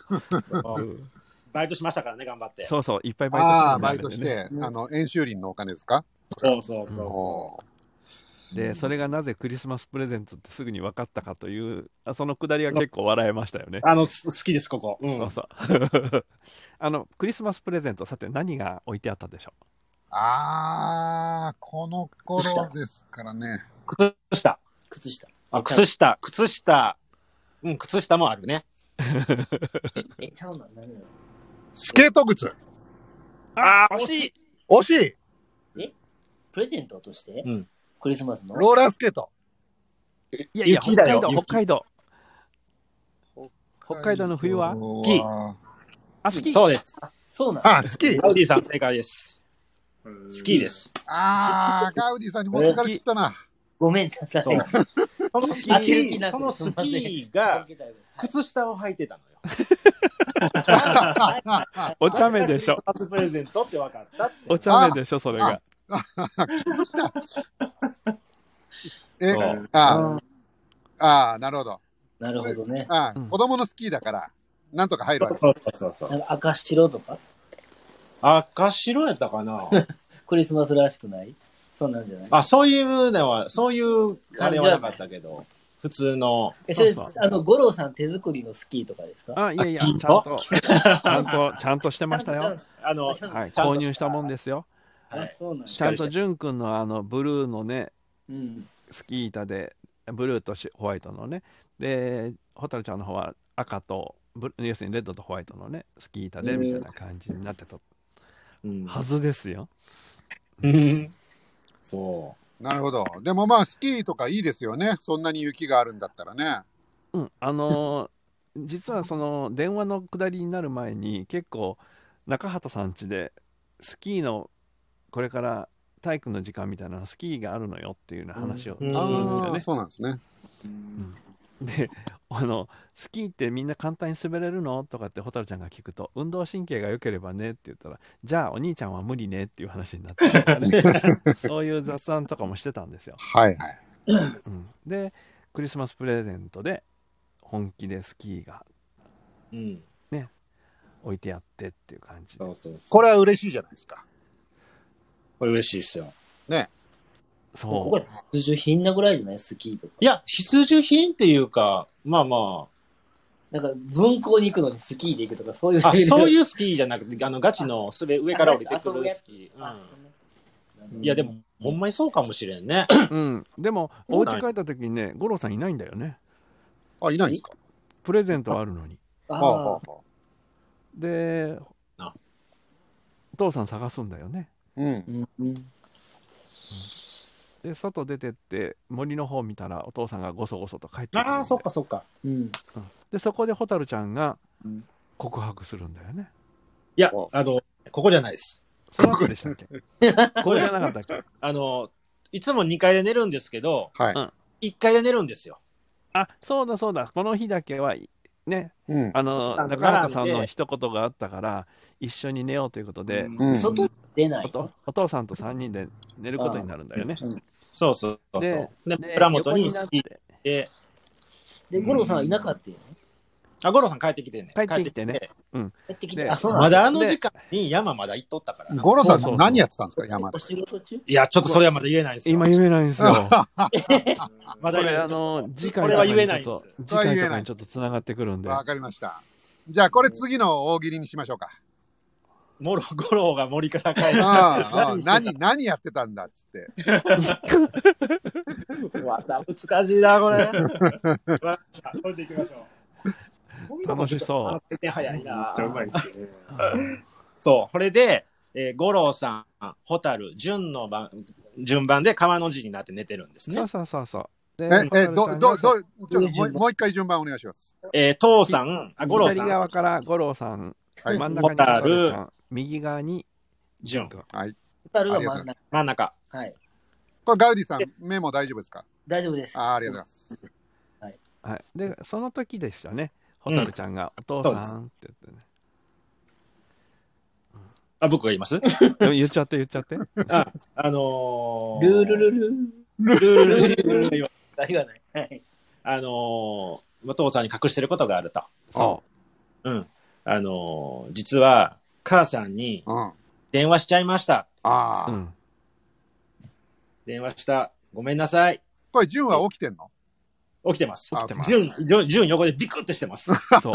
うんバイトしましたからね、頑張って。そうそういっぱいバイトしてああ、たバんイでトねして、あの、演習林のお金ですか。そうそうそうおそおー。でそれがなぜクリスマスプレゼントってすぐに分かったかというあそのくだりは結構笑えましたよね。あの、す好きです、ここ。うんそうそう あのクリスマスプレゼントさて何が置いてあったでしょあー、この頃ですからね。靴下。靴下。あ、靴下、靴下。うん、靴下もあるね。え、ちゃうな、何やろスケート靴ああ、惜しい。惜しいプレゼントとして、うんクリスマスのローラースケートういやいや雪だよ北海道雪北海道北海道の冬はキあスキーそうです。そうなんあ、スキーラウディさん正解です。ス好キーで。す。あー、ガウディさんに持ってかれちゃったな。ごめんなさい。そう。そのスキ飽きる気ー、なくそのスすいキーがはい靴下を履いてたのよ。お茶目でしょクリスマスプレゼントって分かったって。お茶目でしょそれがえそ、うあー、あー、なるほど。 なるほどね。あーうん子供のスキーだから、なんとか入るわけ。そうそうそうそう。なんか赤白とか赤白やったかなクリスマスらしくないそうなんじゃないあ、そういうのは、そういうあれはなかったけど、普通の。え、それ、そうそうあの、五郎さん手作りのスキーとかですかあいやいやちゃあんとちゃんとちゃんとしてましたよ。あの、はいちゃんと購入したもんですよあそうなんだちゃんと潤くんのあのブルーのねうん。スキー板でブルーとしホワイトのねで蛍ちゃんの方は赤とブル要するにレッドとホワイトのねスキー板でみたいな感じになってたうんはずですよ、そなるほど。でもまあ、スキーとかいいですよね。そんなに雪があるんだったらね。うん、あのー実はその電話の下りになる前に結構中畑さん家でスキーのこれから体育の時間みたいなスキーがあるのよっていうような話をするんですよあーね。そうなんですね。であの「スキーってみんな簡単に滑れるの?」とかって蛍ちゃんが聞くと「運動神経が良ければね」って言ったら「じゃあお兄ちゃんは無理ね」っていう話にな ってそういう雑談とかもしてたんですよ。はいはい。うん、でクリスマスプレゼントで本気でスキーがう。うん。置いてあってっていう感じでそうそうそうこれは嬉しいじゃないですか。これ嬉しいですよ。こそこが必需品なぐらいじゃないスキーとか。いや、必需品っていうか、まあまなんか、文校に行くのにスキーで行くとか、そういう。。あ、あそういう うスキーじゃなくて、あの、ガチのすべ上から降りてくるスキー。あうんいや、でも、ほんまにそうかもしれんね。う、うん、でもそうおなん家帰った時にね五郎さんいないんだよねあ、いないんですか。プレゼントはあるのにあはあはああはあであお父さん探すんだよねうん。うんで外出てって森の方見たらお父さんがごそごそと帰ってくるんでああ、そっかそっか。うん。でそこで蛍ちゃんがうん告白するんだよねいや、あの、ここじゃないです。その後でしたっけここじゃ なかったっけあの、いつも2階で寝るんですけど、はいうん1階で寝るんですよ。あそうだそうだこの日だけはいねうん。あのお父さんと中畑さん並んので一言があったから一緒に寝ようということで、うん外出なおい。とお父さんと3人で寝ることになるんだよねそうそうそうそう。で、で蔵元に横スなっキーてで、で、五郎さんはいなかったよね。あ、五郎さん帰ってきてね。帰ってきてね帰っ帰ってきでて。あ、そうなんまだ。だあの時間に山まだ行っとったからな。ゴロさそうそんう何やってたんですか、山でお。仕事中いや、ちょっとそれはまだ言えないんですよ。今言えないん ですよまこだ言えれないあの次こ回れとはか言えにちなょいっですと次回とかにちょっとつながってくるんでわかりました。じゃあ、これ次の大喜利にしましょうか。もろ五郎が森から帰る。ああ、何、何やってたんだっつって。また難しいな、これ。わかったこれでいきましょう。楽しそうう。手早いめなっち。ゃうまいですよね。そう、これで、えー、五郎さん、蛍、順の番、順番で川の字になって寝てるんですそねう。そうそうそうえ、え、蛍ど、さど、んど、がちょっとどうもいう順う番もう一回順番お願いします。えー、父さん、あ、五郎さ左ん、側から五郎さん、はい真ん中に蛍ちゃん右側に順、二人は真ん中。真ん中。はい。これ、ガウディさん、メモ大丈夫ですか大丈夫です。ああ、ありがとうございます。はい、でその時でしたね蛍ちゃんが「お父さん」って言ってねあ、僕が言いますでも言っちゃって言っちゃってあ、あのー、ルールルルー。ルールルルルルありがない。はい。あのー、お父さんに隠してることがあると。そうん。あのー、実は、母さんにうん。あ電話しちゃいました。う、うあ、ん、電話した。ごめんなさい。これ、純は起きてんの起きてます。起きてます。純、純横でビクってしてます。 そう。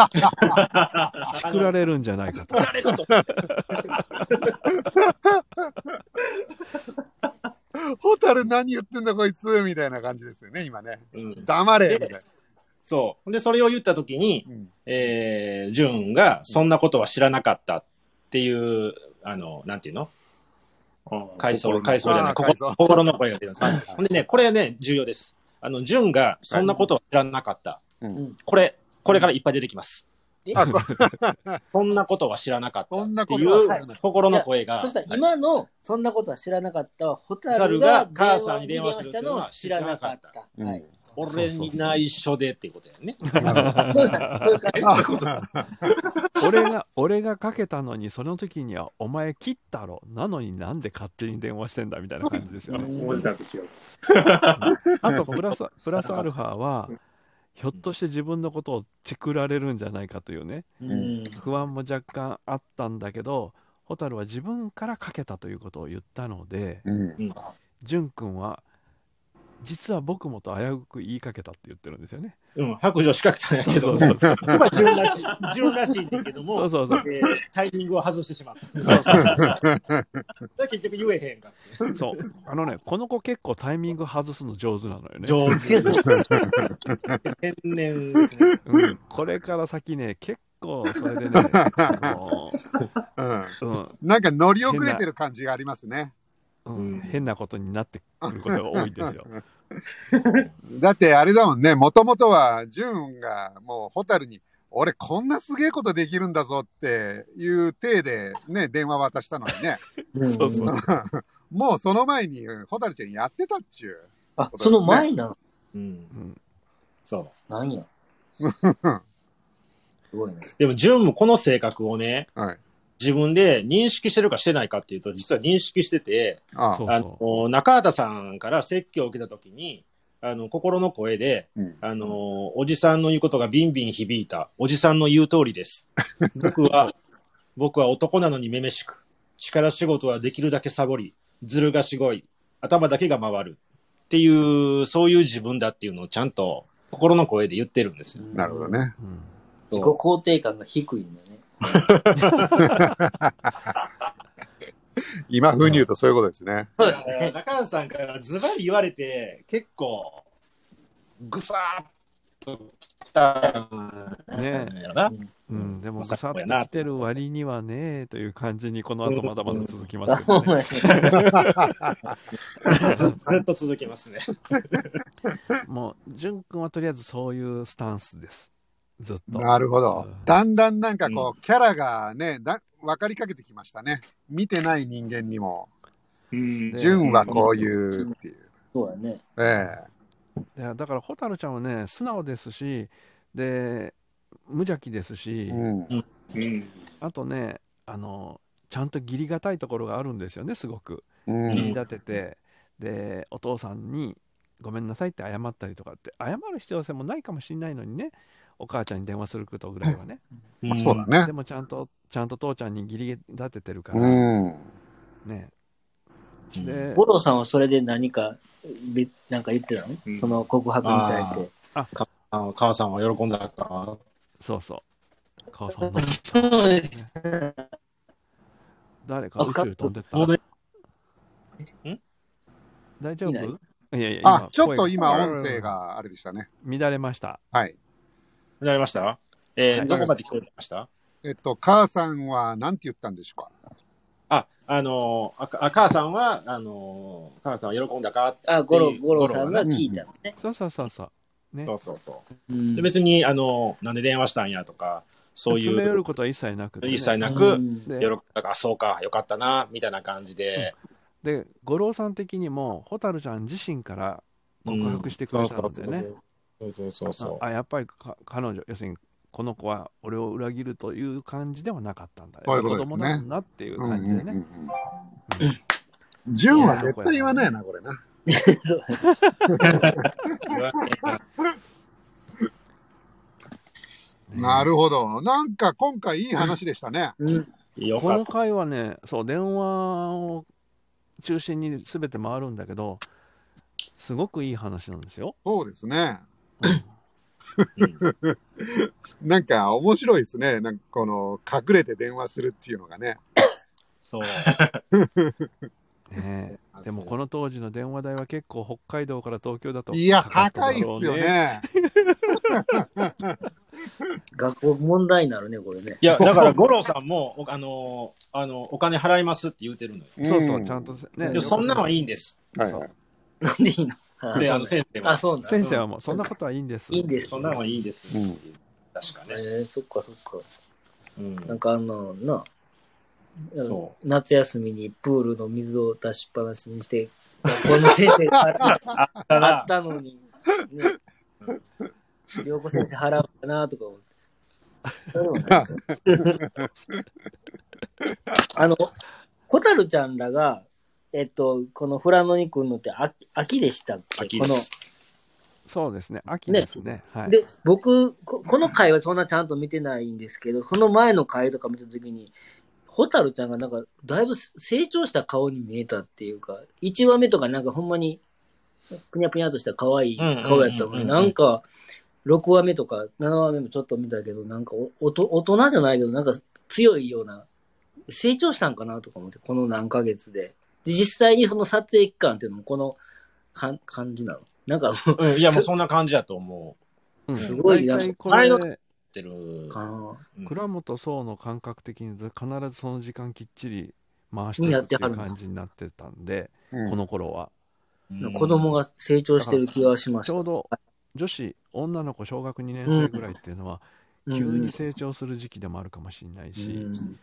チクられるんじゃないかと。やられると。ホタル何言ってんだこいつみたいな感じですよね、今ね。うん黙れみたいな。そう。で、それを言ったときに、うんえー、純が、そんなことは知らなかったっていう、あの、なんていうの回想、回想じゃなあーい、心回想心の声が出るんです。はいほんでね、これね、重要です。あの、純が、そんなことは知らなかった。うんこれ、これからいっぱい出てきます。あこ そんなことは知らなかった。そんなってこいとは知うらない。心の声がそした、らはい今の、そんなことは知らなかったは、ホタ蛍ルがが母さんに電話したのを知らなかった。うんはい。俺に内緒でっていうことやね。あそうだ、そういう感じあ俺が、俺がかけたのに、その時には、お前切ったろ。なのになんで勝手に電話してんだみたいな感じですよね。文字だと違う。あとプラス、プラスアルファは、ひょっとして自分のことをチクられるんじゃないかというね、うん不安も若干あったんだけど、ホタルは自分からかけたということを言ったので、うんジュン君は、実は僕もと危うく言いかけたって言ってるんですよね。うん、白状しかけたんやけど、そうそう今純らしい、純らしいんだけどそもう、そうそう。えータイミングを外してしまった。そうそうそうだから結局言えへんかった ね。そう。あのね、この子結構タイミング外すの上手なのよね。上手。天然ですね。うん、これから先ね、結構それで ね、あのうんうんなんか乗り遅れてる感じがありますね。うん、変なことになってくることが多い んですよ。だってあれだもんね、もともとは、ジュンがもうホタルに、俺こんなすげえことできるんだぞっていう体でね、電話渡したのにね。 そうそうそう。もうその前に、ホタルちゃんやってたっちゅう。あ、その前なのうんうんそう。なんや。すごいね。でも、純もこの性格をね、はい。自分で認識してるかしてないかっていうと、実は認識してて、ああそうあその、中畑さんから説教を受けたときに、あの、心の声で、うんあの、おじさんの言うことがビンビン響いた。おじさんの言う通りです。 僕は、僕は男なのにめめしく。力仕事はできるだけサボり、ずる賢い。頭だけが回る。っていう、そういう自分だっていうのをちゃんと心の声で言ってるんですよ。なるほど。ね。う。うん自己肯定感が低いんだね。今風に言うとそういうことですね。そうだから中畑さんからズバリ言われて、結構、ぐさーっときたんねやろな。うん、でもまぐささっかとやな来てる割にはねという感じにこの後まだまだ続きますけお ど、ね、前ずずっと続きますね。もう淳君はとりあえずそういうスタンスですずっとなるほどう。んだんだんなんかこう、キャラがね、だ分かりかけてきましたね。見てない人間にも、うんねジュンはこういうっていう。 そうやね。えいやだから蛍ちゃんはね素直ですしで無邪気ですえし、うん。うん。あとねあのちゃんと義理がたいところがあるんですよねすごくう切りん。立てて、でお父さんに「ごめんなさい」って謝ったりとかって謝る必要性もないかもしれないのにねお母ちゃんに電話することぐらいはねまあ、そうだねで。もちゃんとちゃんと父ちゃんに義理立ててるから、うん。ねうんで五郎さんはそれで何か、べなんか言ってたの、うんその告白に対して。あの母さんは喜んだかそうそう母さんのそうです。誰か宇宙飛んでった当然大丈夫いいないやいやあ、ちょっと声今音声があれでしたね。乱れましたはい。なりましたえーはいどこまで聞こえてましたえっと、母さんはなんて言ったんでしょうか。あ、あのーあかあ、母さんは、あのー母さんは喜んだかあ、五郎、五郎さんが聞いたのね。そうそうそうそうねそうそうそうう。んで別に、あのーなんで電話したんやとか、そうい詰め寄るう、ことは一切なくてね、一切なうく、ん喜でんだから、そうか、よかったな、みたいな感じで。で五郎さん的にも蛍ちゃん自身から告白してくれたのでね、そうそうそうそう。あやっぱりか彼女要するにこの子は俺を裏切るという感じではなかったんだよそういうことですね子供なんだっていううんうん感じでね、うんうん。ジュンは絶対言わないな、これな。そうねなるほど。なんか今回いい話でしたね。よこかっの回はねそう電話を中心に全て回るんだけどすごくいい話なんですよ。そうですね。うんなんか面白いですね。なんかこの隠れて電話するっていうのがね。そう。ねえでもこの当時の電話代は結構北海道から東京だといや、かか高っいっただすろうよね。学校問題になるね、これね。いや、だから、五郎さんも、おあのーあの、お金払いますって言うてるのよ。そうそう、ちゃんとせね。でもそんなんはいいんです。はいそはうい。 なんでいいので、あの、先生あ、は。そうなんだ。先生はもう、そんなことはいいんです。いいんですそんなんはいいです。うん確かえね。ー、そっかそっか。うんなんかあの、な、そ夏休みにプールの水を出しっぱなしにして、学校の先生がう。たあだっ、たのに、ね、良子先生払うかなとか思って。それでもないですよあの、ホタルちゃんらが、えっと、このフラノニ君のって秋秋でしたっけ秋こでのすそうですね、秋ですね。はい。で、僕こ、この回はそんなちゃんと見てないんですけど、その前の回とか見たときに、ホタルちゃんがなんか、だいぶ成長した顔に見えたっていうか、1話目とかなんかほんまに、ぷにゃぷにゃっとした可愛い顔やったのうんうんうんうに、んなんか、6話目とか7話目もちょっと見たけど、なんかおおと大人じゃないけど、なんか強いような、成長したんかなとか思って、この何ヶ月で。で実際にその撮影期間っていうのもこのかん感じなのなんかもう、うん、いや、もうそんな感じやと思うんすごいな大体こ前のれ、う。てる。あの倉本壮の感覚的に必ずその時間きっちり回していくっていう感じになってたんで、うんこの頃は。うん子供。が成長してる気がしましちた。ょうど女子、女の子小学2年生ぐらいっていうのは、急に成長する時期でもあるかもしれないし、うん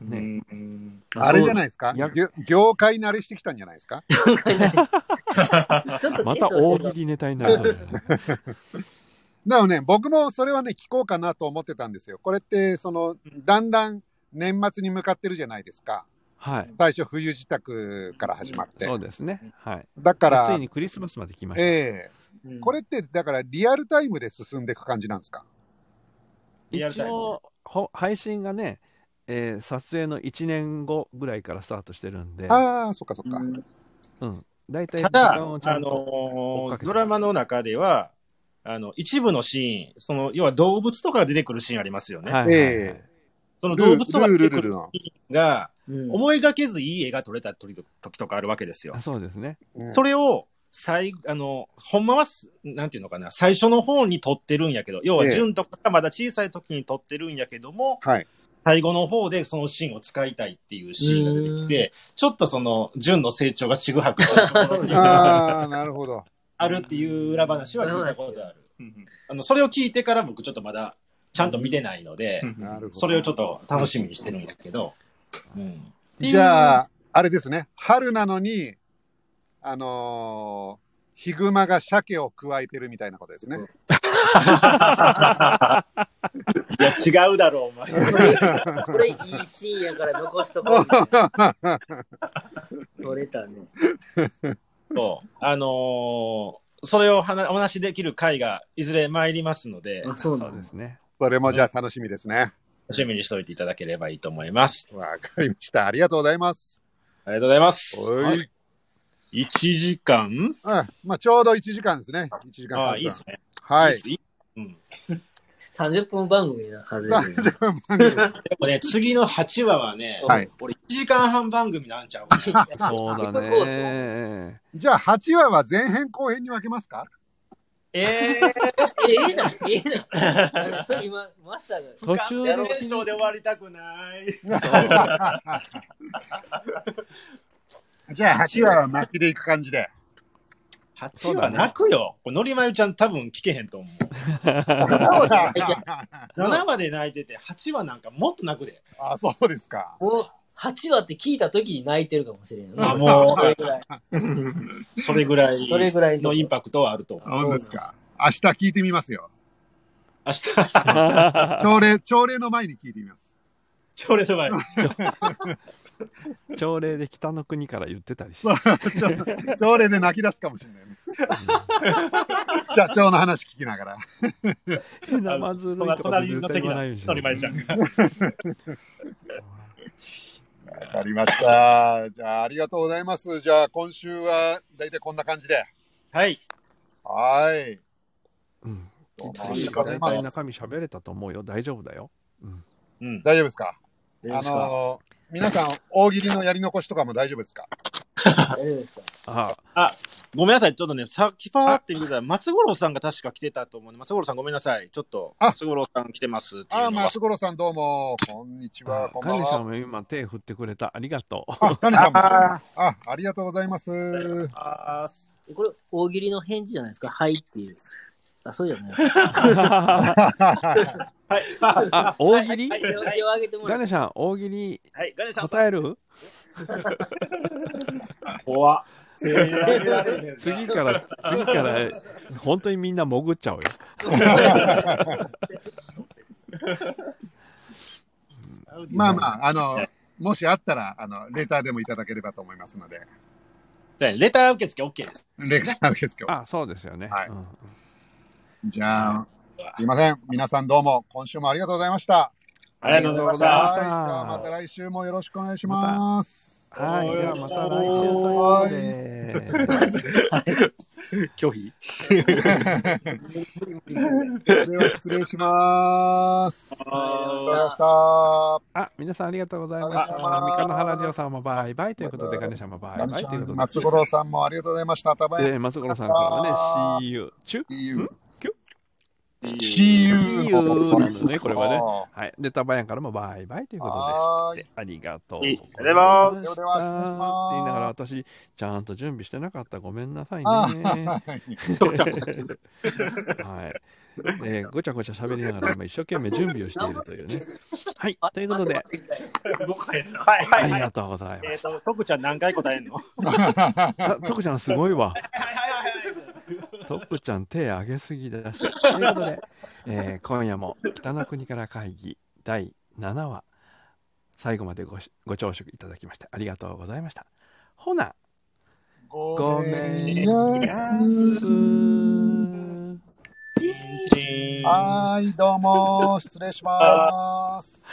ねうんあれじゃないですかいや業業界慣れしてきたんじゃないですかちょっとまた大喜利ネタになりそうじゃないだからね、僕もそれはね、聞こうかなと思ってたんですよ。これって、その、だんだん年末に向かってるじゃないですか。はい。最初、冬支度から始まってそ。うですね。はい。だかつらい、にクリスマスまで来ました。ええうんこれって、だから、リアルタイムで進んでいく感じなんですかリアル一タイムです応ほ配信がね、えー撮影の1年後ぐらいからスタートしてるんで、ああ、そっかそっかう。んうん、大体た時だ、あ間のをちゃんと、追っかけー、てドラマの中では、あの、一部のシーン、その、要は動物とかが出てくるシーンありますよね。はいはいはいえそのル動物とかル出ルてルルくるの。が、うん思いがけずいい絵が撮れた時と時とかあるわけですよあ。そうですね。うんそれを、最、あの、ほんまはす、なんていうのかな、最初の方に撮ってるんやけど、要えは、え純とかがまだ小さい時に撮ってるんやけども、はい。最後の方でそのシーンを使いたいっていうシーンが出てきて、ちょっとその、純の成長がちぐはぐするところっていうのが あ あ、なるほど。あるっていう裏話は聞いたことある。あの、それを聞いてから僕ちょっとまだ、ちゃんと見てないので、なるほど。それをちょっと楽しみにしてるんやけど、うんじゃあ、あれですね。春なのに、あのーヒグマが鮭を加えてるみたいなことですね。いや、違うだろう、お前。これこれいいシーンやから残しとこう。取れたね。そう。あのーそれを話お話しできる回がいずれ参りますので、あ、楽そうそなうんでだす。ね。それもじゃあ楽しみですね。しみにしておいていただければいいと思います。わかりました。ありがとうございます。ありがとうございます。はい。 1時間うん。まあ、ちょうど1時間ですね。1時間30分。ああ、いいですね。はい。いいっすうん、 30分番組なはずやけど30分番組でもね、次の8話はね、はい俺1時間半番組なんちゃうかなそうだこれこうですね。じゃあ、8話は前編後編に分けます かえええな、ええな。それ今、マスターが。ー、途中で完全燃焼で終わりたくない。じゃあ、8話は巻きでいく感じで。 8話泣くよ。これのりまゆちゃん多分聞けへんと思う。7話で泣いてて、8話なんかもっと泣くで。あ、そうですか。もう、8話って聞いた時に泣いてるかもしれんよね。あもうそれぐらい。それぐらいそれぐらいのインパクトはあると思う。そうですか。明日聞いてみますよ。明日、朝礼、朝礼の前に聞いてみます。 朝礼の前に。 朝礼で北の国から言ってた りして。朝礼で泣き出すかもしれないね。社長の話聞きながら。ひなまずるいとか隣絶の対席言わのないようにしなのりまゆちゃんが。わかりました。じゃあ、ありがとうございます。じゃあ、今週は大体こんな感じで。はい。はい。うん、どうも大ありがとうございま体す中。身喋れたと思うよ大丈夫だよ、うん、うん。大丈夫ですか大丈夫あですかのー、皆さん、大喜利のやり残しとかも大丈夫ですか大丈夫ですかあごめんなさい。ちょっとね、さっきパーって見てたら、松五郎さんが確か来てたと思うんで、松五郎さんごめんなさい。ちょっと、あ松五郎さん来てますっていうあー、のは松五郎さんどうも。こんにちは。こんば管ん理さんは。も今手振ってくれたありがとうあ、カネさんも。ああ、ありがとうございます。あーすこれ、大喜利の返事じゃないですか。はいっていう。あ、そうじゃない。はい。はあ大喜利はい、手を手を挙げてもらガう。ネさん大喜利い。ガネさん、答える怖っ。 次から次から本当にみんな潜っちゃうよまあまあ、あの、もしあったら、あの、レターでもいただければと思いますので、あ。レター受付 OK です。レター受付を。あそうですよね、はいうんじゃあ、すいません。皆さんどうも、今週もありがとうございました。ありがとうございましあた。りがとうございましたじゃあまた来週もよろしくお願いします。はいはいではまた来週ということで拒否それは失礼します。ありがとうございました。あ、皆さんありがとうございましありた。がと三うございます河の原城さんもバイバイということで、ガネシャもバイバイということ松五郎さんもありがとうございました。たばで、やで松五郎さんからはね、See you 中 CU。キュ CU。 See you なんですね、これはね。ね。はい。で、タバヤンからもバイバイということですって。ありがとう。いいありがとうございますそれでは失礼しますって言いながら、私、ちゃんと準備してなかった。ごめんなさいね。あはーい。えーごちゃごちゃ喋りながら、今一生懸命準備をしているというね。はい。ということで、 はいあはいりはい。がとうございえまっす。と、徳ちゃん何回答えんのはいあ、徳ちゃんすごいわ。はいはい。トップちゃん手上げすぎだし。ということで、えー今夜も北の国から会議第7話、最後までごしご聴取いただきましてありがとうございました。ほな、ごごめめんんややすす。はい、どうも、失礼します。